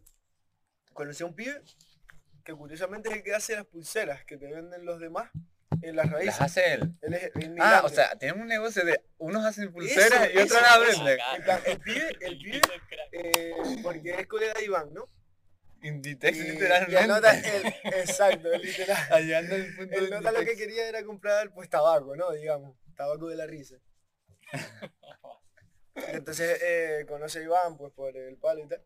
A: conocí a un pibe que curiosamente es el que hace las pulseras que te venden los demás en las raíces.
C: Las hace él.
A: Él es el
C: Ah,
A: migrante.
C: o sea, tienen un negocio de unos hacen pulseras y
A: eso,
C: otros las
A: eso.
C: venden.
A: En plan, el pibe, el pibe,
D: el crack.
A: eh, porque es colega de Iván, ¿no?
C: Inditex
A: Y- y
C: literalmente.
A: el nota- el- exacto, literal.
C: [laughs] Allá anda el punto
A: El
C: de
A: nota lo que
C: Inditex.
A: quería era comprar pues tabaco, ¿no? Digamos, tabaco de la
C: [laughs]
A: risa. Entonces eh, conoce a Iván pues por el palo y tal.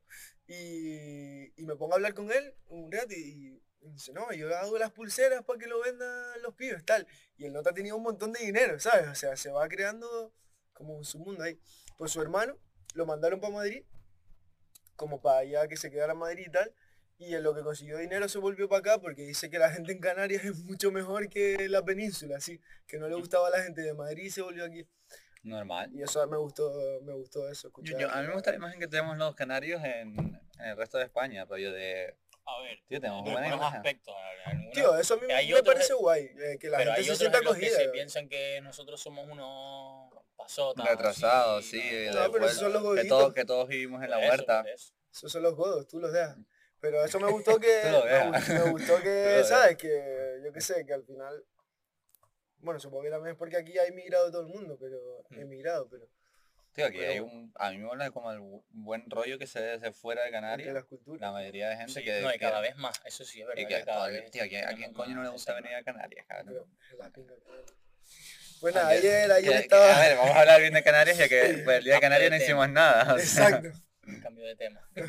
A: Y, y me pongo a hablar con él un rato y, y dice, no, yo hago las pulseras para que lo vendan los pibes, tal. Y el nota tenía un montón de dinero, ¿sabes? O sea, se va creando como un submundo ahí. Pues su hermano lo mandaron para Madrid, como para allá que se quedara en Madrid y tal. Y en lo que consiguió dinero se volvió para acá porque dice que la gente en Canarias es mucho mejor que la península, así que no le gustaba a la gente de Madrid y se volvió aquí.
C: Normal.
A: Y eso me gustó, me gustó eso.
C: Yo-
A: Escuchar,
C: yo- a mí me gusta la imagen que tenemos los canarios en, en el resto de España, rollo de...
D: A ver,
C: Tío, tenemos
D: en
C: muy buena
D: algunos
C: imagen.
D: aspectos. a ver, en algunos-
A: Tío, eso a mí me-
D: Hay
A: me
D: otros-
A: parece guay, eh, que la gente
D: pero hay
A: se
D: otros
A: sienta
D: en los que
A: acogida.
D: se piensan que nosotros somos unos pasotas.
C: Retrasados,
D: así,
C: sí, de
A: No, pero esos
C: vuelta.
A: son los
C: que,
A: goditos.
C: todos, que todos vivimos en la
D: Por eso,
C: huerta.
D: por eso.
A: Esos son los godos, tú los dejas. Pero eso me
C: [laughs]
A: gustó que,
C: Tú lo
A: me,
C: dejas.
A: gustó, me gustó
C: [laughs] Tú
A: que,
C: lo
A: ¿sabes? Que yo qué sé, que al final, bueno, supongo que también es porque aquí ha emigrado todo el mundo, pero
C: Mm.
A: emigrado, pero
C: Tío, aquí
A: Pero-
C: hay un... A mí me mola como el bu- buen rollo que se ve desde fuera de
A: entre
C: Canarias.
A: las culturas.
C: La mayoría de gente
D: Sí,
C: que...
D: no, y
C: que-
D: cada vez más, eso sí es verdad.
C: y
D: que
C: que-
D: cada
C: tío,
D: vez
C: tío, ¿a- ¿a quién
D: tenemos
C: coño no le
D: más
C: gusta
D: esa
C: venir a Canarias, cabrón?
A: pero es la pinga, cabrón. Bueno, ayer,
C: Ayer-
A: ayer
C: Que- que-
A: [laughs] estaba...
C: [laughs] A ver, vamos a hablar bien de Canarias ya que pues, el día de Canarias no hicimos nada. o sea,
A: Exacto.
D: Cambio de
C: [laughs]
D: tema. [laughs]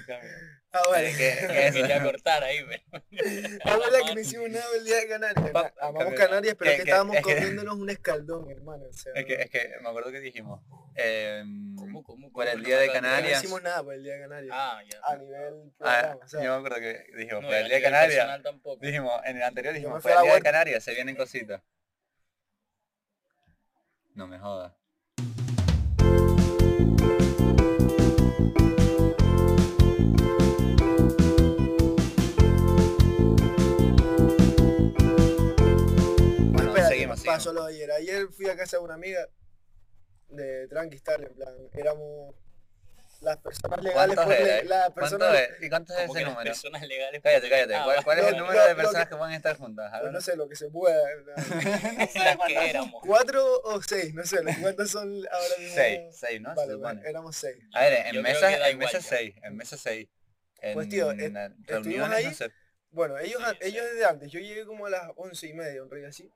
A: Ah, vale.
C: Sí, que- que
D: Me
A: [laughs]
C: eso.
D: quería cortar ahí, pero...
C: [laughs]
A: La verdad que no hicimos nada el día de Canarias.
C: Pa-
A: Na- Amamos
C: cambio.
A: Ah, Canarias, pero
C: Es
A: que
C: que-
A: estábamos
C: es que-
A: comiéndonos un escaldón, hermano. O sea,
C: Es que, es que me acuerdo que dijimos, em,
D: ¿Cómo, cómo,
C: por
D: cómo?
C: el
D: No
C: día de
D: me acuerdo.
A: no
C: Canarias.
A: hicimos nada por el día de Canarias.
D: Ah, ya.
A: a nivel
C: ah,
A: programa. o
C: yo
A: sea,
C: me acuerdo que dijimos,
D: No,
C: por
D: a
C: el día de
D: nivel
C: Canarias,
D: personal tampoco.
C: dijimos, en el anterior dijimos,
A: me
C: por
A: fui a
C: el
A: la
C: día de
A: vuelta.
C: Canarias, se vienen cositas. No me jodas. Bueno,
A: espérate,
C: seguimos, seguimos.
A: pasó lo de ayer. Ayer fui a casa de una amiga de Tranquistar, en plan, éramos las personas legales.
C: ¿Cuántos
A: por le-
C: erais?
A: las
C: ¿Cuánto
A: personas,
C: es? ¿Y cuánto es
D: Como que
C: ese
D: las
C: número?
D: personas legales... [laughs]
C: Cállate, cállate.
D: Ah,
C: ¿Cuál,
D: vale,
C: cuál es el
D: vale.
C: número
A: lo-
C: de
A: lo
C: personas que van a estar juntas? A
A: pues,
C: ver.
A: no sé, lo que se pueda. ¿verdad?
D: Las que éramos.
A: ¿Cuatro o seis? No sé, los cuántos son ahora mismo.
C: Seis, seis, ¿no? Se
A: Vale,
C: supone.
A: bueno, éramos seis.
C: A ver,
D: Yo
C: en
D: creo
C: mesas,
D: que da
C: en
D: igual
C: mesas
D: ya.
C: seis, en mesas seis. En,
A: Pues, tío, est-
C: en
A: estuvimos
C: reuniones, no
A: ahí,
C: sé.
A: Bueno, ellos,
D: Sí,
A: a-
D: sí.
A: ellos desde antes, yo llegué como a las once y media, un rollo así.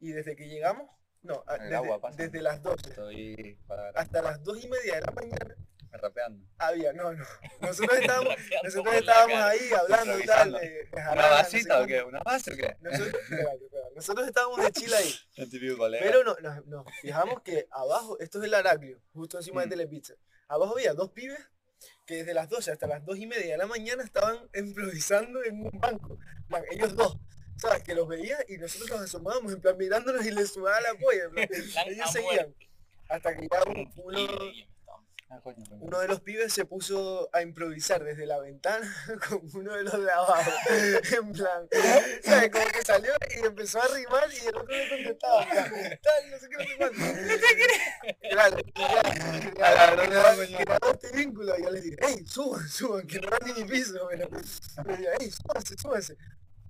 A: Y desde que llegamos, no, a-
C: El
A: desde,
C: agua pasa.
A: desde las 12
C: Estoy para-
A: hasta las dos y media de la mañana
C: rapeando.
A: había, no, no. Nosotros estábamos,
D: [laughs]
C: [laughs]
D: Rapeando
A: nosotros
D: por la
A: estábamos
D: cara.
A: ahí hablando y tal.
C: Improvisando.
A: De, de
C: ¿Una
A: jarana, Ah, no sé
C: vasita o
A: cuánto.
C: qué? ¿Una base o qué?
A: Nosotros, espérate, espérate, nosotros estábamos de chile ahí,
C: El típico colega.
A: pero no, nos, nos fijamos que abajo, esto es el Araclio, justo encima
C: Mm.
A: de Telepizza. Abajo había dos pibes que desde las 12 hasta las 2 y media de la mañana estaban [laughs] improvisando en un banco. Man, ellos dos. ¿Sabes? Que los veía y nosotros nos asomábamos en plan mirándolos y les sudaba la polla. en plan,
D: Están
A: ellos
D: a
A: seguían. Hasta que ya un-
D: Y
A: uno,
D: ellos estaban-
C: Ah, coño, coño.
A: uno de los pibes se puso a improvisar desde la ventana con uno de los de abajo. En plan, ¿sabes? Como que salió y empezó a rimar y el otro le contestaba. en plan, Tal, no sé qué, no sé cuánto. Claro, claro, claro, crearon este vínculo y yo les dije, hey, suban, suban, que no dan ni mi piso. Pero, les digo, hey, súbanse, súbanse.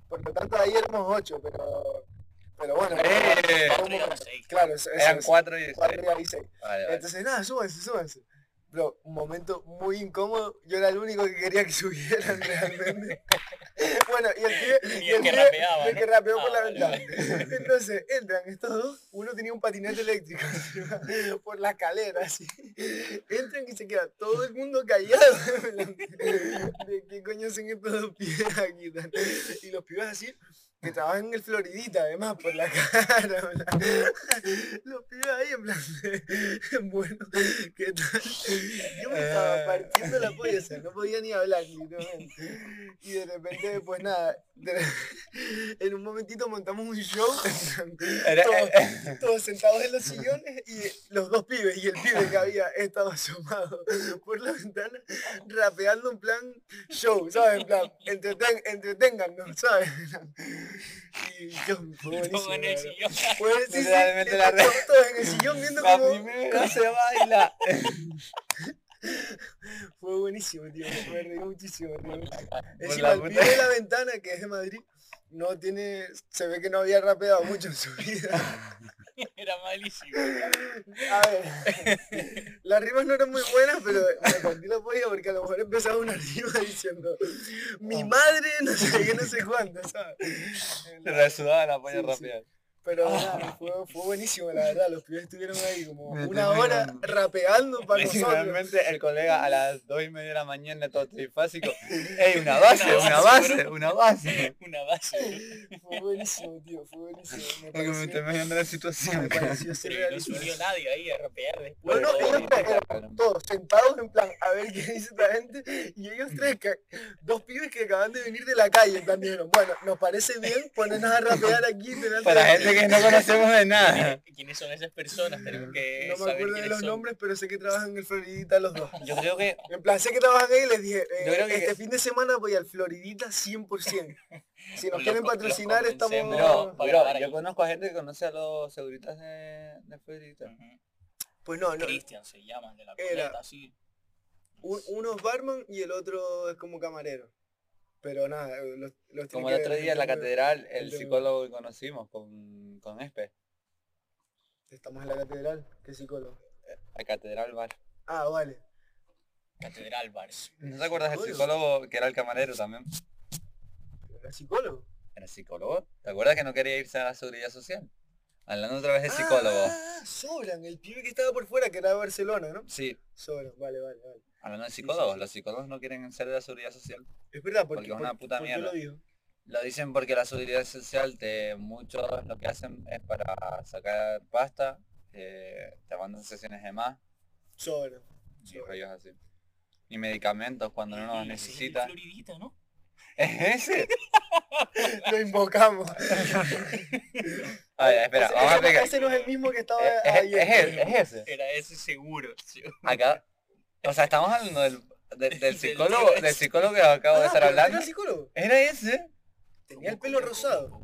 A: Por lo tanto, ahí éramos ocho, pero, pero bueno.
C: ¡Eh!
A: estábamos-
D: Nosotros éramos seis.
A: Claro, eso, eso,
C: Eran
A: eso,
C: cuatro y
A: cuatro
C: seis.
A: y seis.
C: Vale, vale.
A: Entonces, nada, súbanse, súbanse. Bro, un momento muy incómodo. Yo era el único que quería que [laughs] subieran realmente. [laughs] bueno, y el pibe...
D: Y el que
A: pibe-
D: rapeaba,
A: y el
D: ¿no?
A: que rapeó por
D: Ah,
A: la
D: vale,
A: ventana. [laughs] Entonces, entran estos dos. Uno tenía un patinete eléctrico [laughs] encima, por la escalera, así. Entran y se queda todo el mundo callado. [laughs] ¿De qué coño son estos dos pibes aquí? tal? Y los pibes así, que trabajan en el Floridita, además, por la [laughs] cara. en plan. Los pibes ahí, en plan, de, [laughs] bueno, ¿qué tal? Yo me estaba
C: Ah.
A: partiendo la polla, o sea, no podía ni hablar, literalmente. Y de repente, pues nada, de- [laughs] en un momentito montamos un show, en plan,
C: Era-
A: todos,
C: eh,
A: todos sentados en los sillones y los dos pibes y el pibe que había estado asomado por la ventana rapeando en plan show, ¿sabes? En plan, entreten, entreténgannos, ¿sabes? Y yo, fue
D: Todo
A: buenísimo.
D: en el
A: la
D: sillón. [laughs]
A: verdad. Fue- sí, sí,
C: Literalmente la re-
A: todos- todos en el
C: [laughs]
A: sillón viendo
C: La
A: como...
C: primera se baila. [laughs]
A: Fue buenísimo, tío. Me reí muchísimo. me reí muchísimo.
C: la
A: Encima, el
C: puta
A: pibe de la ventana, que es de Madrid, no tiene... Se ve que no había rapeado mucho en su vida.
D: Era malísimo.
A: A ver. [laughs] Las rimas no eran muy buenas, pero me partí la polla porque a lo mejor empezaba una rima diciendo mi
C: Ah.
A: madre no sé qué, no sé cuánto, ¿sabes?
C: Se resudaba la
A: Sí,
C: polla
A: sí.
C: rápida.
A: Pero
D: Ah.
A: nada, fue, fue buenísimo, la verdad. Los pibes estuvieron ahí como
C: Me
A: una
C: estoy
A: hora
C: mirando.
A: rapeando para nosotros.
C: Literalmente el colega a las 2 y media de la
A: [laughs]
C: mañana todo trifásico. ¡Ey, una base, una base, una base!
A: [laughs]
D: Una base.
A: Fue buenísimo, tío. Fue buenísimo. Me
C: Porque me estoy
A: pareció,
C: imaginando la
A: me
C: situación.
A: pareció
D: Pero no
A: surrealista.
D: subió nadie ahí a rapear
A: No,
D: después.
A: no,
D: todo.
A: ellos tres eran todos sentados en plan, a ver qué dice esta gente. Y ellos tres, que, dos pibes que acaban de venir de la calle, en plan dijeron, bueno, nos parece bien ponernos a rapear aquí delante
C: Para
A: de-
C: gente que no conocemos de nada.
D: ¿Quiénes son esas personas? Tenemos que
A: No me
D: saber
A: acuerdo de
D: quiénes
A: los
D: son.
A: nombres, pero sé que trabajan en el Floridita los dos.
C: Yo creo que
A: En plan, sé que trabajan ahí y les dije, eh,
C: Yo creo que-
A: este fin de semana voy al Floridita
C: [laughs]
A: 100%. Si nos
D: Los
A: quieren
D: co- los
A: patrocinar, estamos...
D: convencemos.
C: Bro,
D: para
C: bro,
D: grabar
C: yo
D: aquí.
C: conozco a gente que conoce a los seguritas de, de Federita.
D: Ujú.
A: Pues no, no,
D: Cristian se llama, el de la
A: Era-
D: coleta, sí.
A: un- uno es barman y el otro es como camarero. Pero nada, eh, los, los tiene
C: Como
A: que
C: el
A: ver,
C: otro
A: los
C: día en la
A: tiene que ver.
C: catedral, el
A: Entonces-
C: psicólogo que conocimos con, con Espe,
A: Estamos en la catedral, qué psicólogo.
C: la catedral bar.
A: Ah, vale.
D: Catedral Bars.
C: ¿No te acuerdas del
A: Psicólogo.
C: psicólogo que era el camarero también?
A: ¿Era psicólogo?
C: ¿Era psicólogo? ¿Te acuerdas que no quería irse a la seguridad social? Hablando otra vez de psicólogo.
A: Ah, Sobran, el pibe que estaba por fuera, que era de Barcelona, ¿no?
C: Sí,
A: Sobran, vale, vale, vale.
C: Hablando de
A: Sí, sí,
C: psicólogos,
A: sí.
C: los psicólogos no quieren ser de la seguridad social.
A: Es verdad, porque,
C: Porque es una
A: por-
C: puta
A: ¿por qué
C: mierda.
A: lo digo?
C: Lo dicen porque la seguridad social de muchos lo que hacen es para sacar pasta, eh, te mandan sesiones de más,
A: Sobre.
C: y rollos así. Y medicamentos cuando no
D: Y-
C: los
D: y ese es el de
C: necesita.
D: Floridita, ¿no?
C: [laughs] ¿Es ese?
A: [laughs] Lo invocamos.
C: A ver, espera,
A: Ese-
C: vamos
A: ese-
C: a explicar. Eh,
A: Ese no es el mismo que estaba
C: Es- es-
A: ayer.
C: es él, es ese.
D: Era ese seguro. tío.
C: Acá, o sea, estamos hablando del, de- [laughs] del
D: Del
C: psicólogo,
D: tío
C: del
D: ese.
C: psicólogo que acabo de
A: Ah,
C: estar
A: pero
C: hablando.
A: ¿Era psicólogo?
C: ¿Era ese?
A: Tenía el pelo rosado.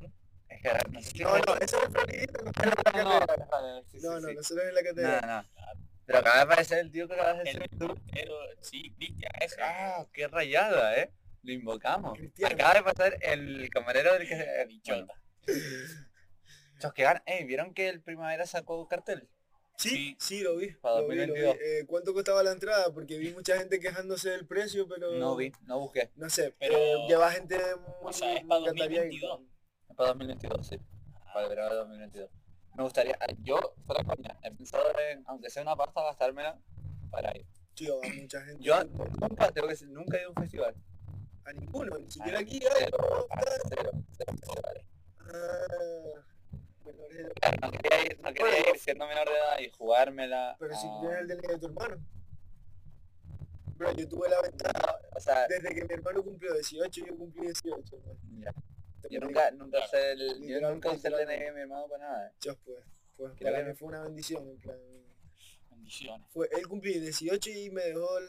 C: Es que no sé si-
A: No, no, ese es el Floridita, no está en la
C: No, no,
A: catedral.
C: vale, sí, sí,
A: No, no,
C: sí.
A: no se lo ve en la
C: No,
A: catedral.
C: no. Pero acaba de aparecer el tío que acabas de
D: El
C: decir.
D: portero, sí, Cristian, ese.
C: Ah, qué rayada, ¿eh? Lo invocamos.
A: Cristiano.
C: Acaba de pasar el camarero del que... eh, Bueno,
D: Bichota.
C: chos, que gan- Eh, ¿vieron que el Primavera sacó un cartel?
A: Sí,
D: Sí.
A: sí, lo vi.
C: Para
A: lo vi, lo vi.
C: 2022.
A: Eh, ¿Cuánto costaba la entrada? Porque vi mucha gente quejándose del precio, pero...
C: No vi, no busqué.
A: No sé, pero
D: Pero-
A: lleva gente muy...
D: O sea, es para
A: me encantaría ir.
D: 2022.
C: Es Para 2022, sí. Para el verano de 2022. Me gustaría... ah, Yo, fuera coña, he pensado en, aunque sea una pasta, gastármela para ir.
A: Tío, va mucha gente.
C: Yo nunca, tengo que decir, nunca he ido a un festival.
A: A ninguno, ni siquiera aquí hay.
C: Cero,
A: no,
C: ah,
A: está-
C: cero, cero festivales.
A: Ah, menor de edad.
C: No quería ir, no quería ir siendo menor de edad y jugármela.
A: Pero si
C: ah,
A: tienes el DNI de tu hermano. Bro, yo tuve la ventaja.
C: O sea,
A: Desde que mi hermano cumplió 18, yo cumplí 18. hermano.
C: ya.
A: Te
C: Yo
A: lo
C: nunca, nunca
D: Claro.
C: usé el, yo
A: Literal,
C: nunca usé el
A: literal.
C: DNI de mi hermano para nada. eh.
A: digo, chos, pues. Pues
C: Creo
A: para
C: que-
A: mí fue una bendición, en plan.
D: Bendiciones.
A: Fue, él cumplí 18 y me dejó el...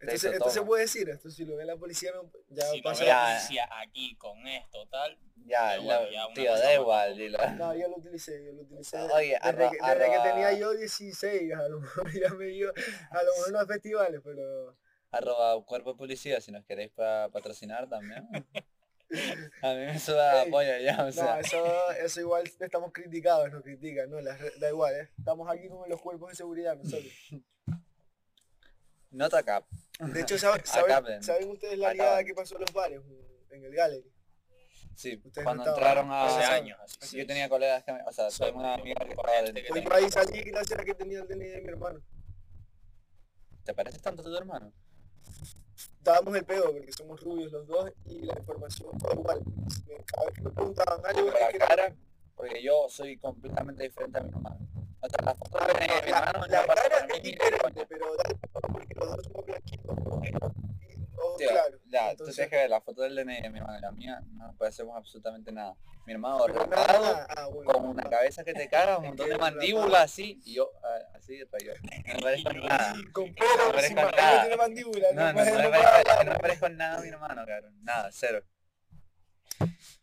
A: Esto se,
C: hizo
A: esto se
C: toma.
A: puede decir, esto si lo ve la policía no, ya
D: Si no
A: pasó.
D: ve la
C: Ya.
D: policía aquí con esto, tal,
C: Ya,
D: Da igual,
C: la-
D: ya, una
C: tío,
D: cosa
C: da
D: más.
C: igual, dilo.
A: No, yo lo utilicé, yo lo utilicé.
C: Ah, Oye,
A: desde,
C: arroba-
A: que, desde que
C: arroba-
A: tenía yo 16, a lo mejor [laughs] ya me iba, a lo mejor no a festivales, pero
C: Arroba cuerpo de policía si nos queréis para
A: [laughs]
C: patrocinar también. A mí me suda
A: Ey,
C: apoyo ya, o
A: no,
C: sea.
A: eso, eso igual estamos criticados, nos critican, no, las re- da igual, ¿eh? estamos aquí como los cuerpos de seguridad nosotros.
C: Nota cap.
A: De hecho,
C: [laughs]
A: ¿sabe- sabe-
C: Acaben.
A: ¿saben ustedes la
C: Acaben.
A: ligada que pasó en los bares, en el gallery?
C: Sí,
A: Ustedes
C: cuando
A: no estaban,
C: entraron
A: ¿no?
C: a...
A: Hace
D: hace
A: sí.
D: años. así.
C: sí, yo tenía colegas que me... O sea, tengo una amiga que estaba dentro.
A: Pues yo ahí salí gracias a que tenía el DNI de mi hermano.
C: ¿Te pareces tanto a
A: [laughs]
C: tu hermano?
A: Dábamos el pedo porque somos rubios los dos y la información fue igual. Me- Cada vez que me preguntaban algo,
C: Por
A: es
C: la
A: que
C: cara, porque yo soy completamente diferente a mi hermano. O sea, la foto de DNI de mi hermano no
A: la
C: pasa
A: cara
C: por
A: es
C: mí ni de
A: diferente,
C: coña.
A: pero dale todo porque los dos somos blanquitos. rubios, y Ojos
C: Tío,
A: claros.
C: Ya, tú
A: Entonces,
C: tienes que ver la foto del DNI de mi hermano y la mía, no nos parecemos absolutamente nada. Mi hermano
A: pero nada,
C: rapado,
A: ah, bueno,
C: con una
A: ah,
C: cabeza que te caga, un
A: Es
C: montón
A: que
C: de
A: es rapado.
C: mandíbulas así, y yo ah, así de rayo. No me parezco en nada.
A: Con
C: No
A: pelo,
C: parezco
A: encima, él
C: nada.
A: no tiene mandíbula,
C: No, no,
A: puede-
C: no me
A: puede
C: parezco,
A: hablar.
C: no me parezco en nada a mi hermano, cabrón. Nada, cero.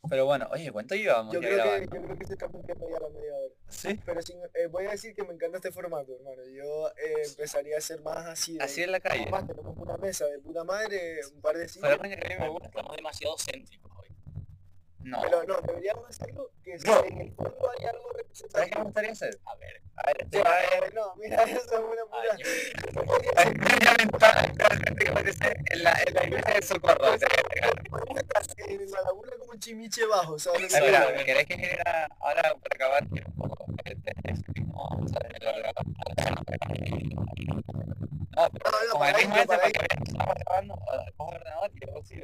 C: Pero bueno, oye, ¿cuánto llevamos
A: Yo
C: ya
A: creo, que,
C: grabando?
A: yo creo que se está cumpliendo ya la media hora.
C: Sí.
A: Pero sin- eh, voy a decir que me encanta este formato, hermano. Yo eh, empezaría a hacer más así. de-
C: Así en la calle.
A: Además, tenemos una mesa de puta madre, un par de sillas.
C: Fuera coña que a mí me gusta.
D: Estamos demasiado céntricos hoy.
C: No.
A: Pero no, deberíamos hacerlo que si
C: No.
A: en el fondo hay algo
C: ¿Sabes qué me
A: representativo.
C: gustaría hacer?
D: A ver,
C: A ver,
A: Sí,
C: llegar-
A: eh, No, mira, [laughs] eso es una
D: a
A: pura.
D: ver, yo-
C: Ay, ya me está- está prácticamente en la, en la iglesia de socorro. o sea,
A: [laughs] En la laguna como un chimiche bajo, ¿sabes?
C: Ay, Espera, ¿me Ah, querés que genera ahora para acabar un poco? Este, este, no, o sea, el orgasmo. No, Ah, pero
A: No, no,
C: como el
A: para
C: ritmo
A: ahí, para
C: ese, para
A: ahí.
C: que vean, estamos grabando, ah, cojo el ordenador y yo sí,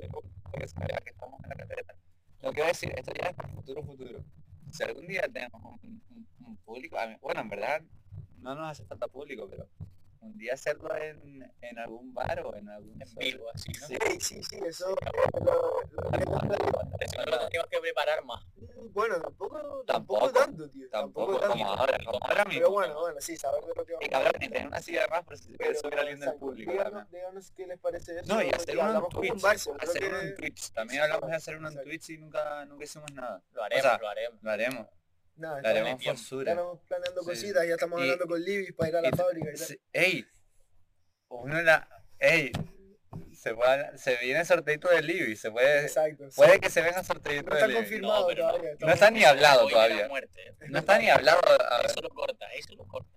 C: porque se vea que estamos en la carretera. Lo que voy a decir, esto ya es para futuro futuro. Si algún día tenemos un, un- un público, a mí- bueno, en verdad no nos hace falta público, pero un día hacerlo en, en algún bar o en algún...
D: en vivo, así, ¿no?
C: Sí.
A: Sí, sí, sí, eso. eh, lo- lo-
D: Eso no lo tenemos que preparar más.
A: mm, Bueno, tampoco,
C: Tampoco.
A: tampoco tanto, tío.
C: Tampoco como ahora, como ahora mismo.
A: Pero bueno, bueno, sí, saber de lo que
C: Y
A: vamos a
C: cabrón, y tener una silla de más por si se quiere
A: Pero,
C: subir alguien del
A: exacto,
C: público. también.
A: Díganos, díganos qué les parece eso.
C: No, y hacer uno en
A: hablamos con
C: Twitch.
A: un Barça, creo
C: Hacer uno
A: que-
C: en Twitch. También
A: Exacto,
C: hablamos de hacer uno en
A: exacto.
C: Twitch y nunca, nunca hicimos nada.
D: Lo haremos,
C: sea,
D: lo haremos.
C: Lo haremos.
A: Nada,
C: Lo
A: estamos,
C: haremos
D: tiempo.
C: forzura.
A: estamos planeando
C: Sí.
A: cositas, ya estamos
C: Y-
A: hablando con Libis para ir a la
C: y-
A: fábrica y tal.
C: se- Ey. Uno la. Ey. Se, puede- se viene el sorteito del Libby. Se puede.
A: Exacto. sí.
C: Puede que se venga el sorteito
A: No
C: del
A: está
C: Libby.
A: confirmado
D: No, pero no.
A: todavía.
C: No
A: estamos-
C: está ni hablado
D: Hoy de la
C: todavía.
D: muerte, ¿eh?
C: No está ni hablado. a ver,
D: Eso lo corta, eso lo corta.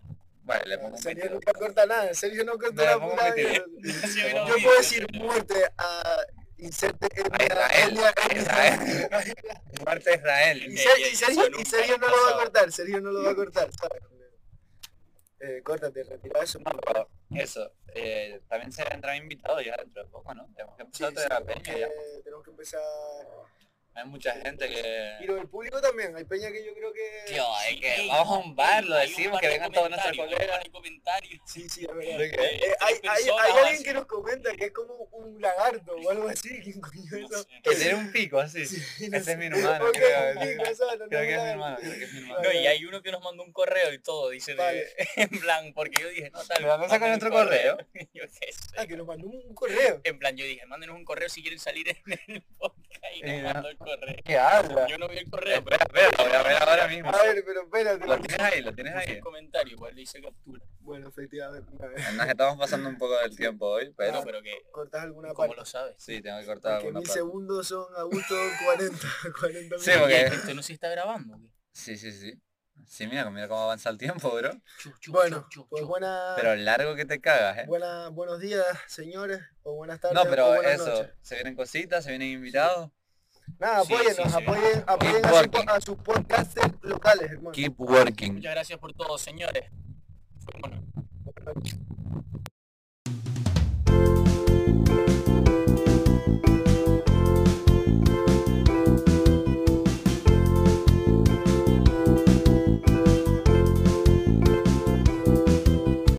C: Vale, le pongo un
A: Sergio
C: 22.
A: nunca corta nada, Sergio no corta
C: Le
A: la
C: pongo
A: puta
C: un 22.
A: vida.
D: Sí,
C: Yo
A: [laughs]
D: no,
A: Yo
D: sí,
A: puedo
D: sí,
A: decir
D: sí.
A: muerte a inserte
C: A Ah, Israel, a Israel.
A: [laughs]
C: Muerte a Israel.
A: Y
D: Sí,
A: Ser-
D: sí,
A: y Sergio,
D: eso
A: y
D: nunca
A: Sergio no
D: ha
A: lo va a
D: pasado.
A: cortar, Sergio no lo va a cortar, ¿sabes? eh, córtate, retira eso.
C: No, pero eso, eh, también se entra invitado ya dentro de poco, ¿no? Tenemos que
A: Sí,
C: empezar
A: sí,
C: a traer a
A: tenemos,
C: peña
A: que,
C: ya.
A: tenemos que empezar.
C: Hay mucha gente
A: Y
C: que...
A: lo del público también, hay peña que yo creo que.
C: Tío, es que
D: Ey,
C: vamos a un bar,
D: ey,
C: lo
D: hay un
C: decimos,
D: par
C: que
D: de
C: vengan todos nuestros
D: comentarios, hay un
C: colegas.
D: par
A: [laughs]
D: de comentarios.
A: Sí, sí, es verdad.
C: ¿De qué?
A: Eh, hay,
D: Tres
A: hay,
D: personas,
A: hay alguien
D: así.
A: que nos comenta que es como un lagarto o algo así. ¿Quién coño es
D: No
A: eso?
D: sé.
C: Que tiene un pico así.
A: Sí, no
C: Ese
A: sé.
C: es mi hermano,
A: Ok,
C: creo.
A: sí,
C: Creo
A: exacto, no
C: que es mi
A: nada.
C: hermano, creo que es mi hermano.
D: No, y hay uno que nos mandó un correo y todo, dice, de-
A: Vale.
D: [laughs]
C: Eh,
D: en plan, porque yo dije, no, tal
C: Pero no sacan
D: manden
C: otro
D: un [laughs] yo qué sé.
A: Ah, que nos mandó un correo.
D: En plan, yo dije, mándenos un correo si quieren salir en el podcast y nos
C: Eh, no.
D: mandó el correo.
C: ¿Qué habla?
D: Yo no vi el correo, pero
C: Espera, espera, lo voy a ver ahora mismo.
A: A ver, pero espérate.
C: Lo tienes ahí, lo tienes
D: puse
C: ahí.
D: el comentario, igual le hice captura.
A: Bueno, efectivamente. a ver,
C: Nos estamos pasando un poco del tiempo hoy,
D: No,
C: pero
D: pero que,
A: Cortas alguna
D: ¿cómo
A: parte.
D: lo sabes?
C: sí, tengo que cortar
A: Porque
C: alguna
A: mil
C: parte.
A: segundos son a gusto 40, [laughs] 40
C: Sí,
A: minutos.
C: porque-
D: Oye, ¿Esto este no se está grabando? ¿qué?
C: Sí, sí, sí. Sí, mira, mira cómo avanza el tiempo, bro.
D: Chu, chu,
A: Bueno,
D: chu, chu,
A: pues
D: chu.
A: buena,
C: Pero largo que te cagas, eh.
A: buena- buenos días, señores, o buenas tardes.
C: No,
A: o
C: pero
A: buenas
C: eso,
A: noches.
C: se vienen cositas, se vienen invitados.
A: Nada,
D: Sí,
A: apóyennos,
D: sí, sí.
A: apoyen, apoyen
C: Keep
A: a, su-
C: working.
A: a sus podcasters locales, hermano.
C: Keep working.
D: Muchas gracias por todo, señores. Fue bueno.
A: Buenas noches.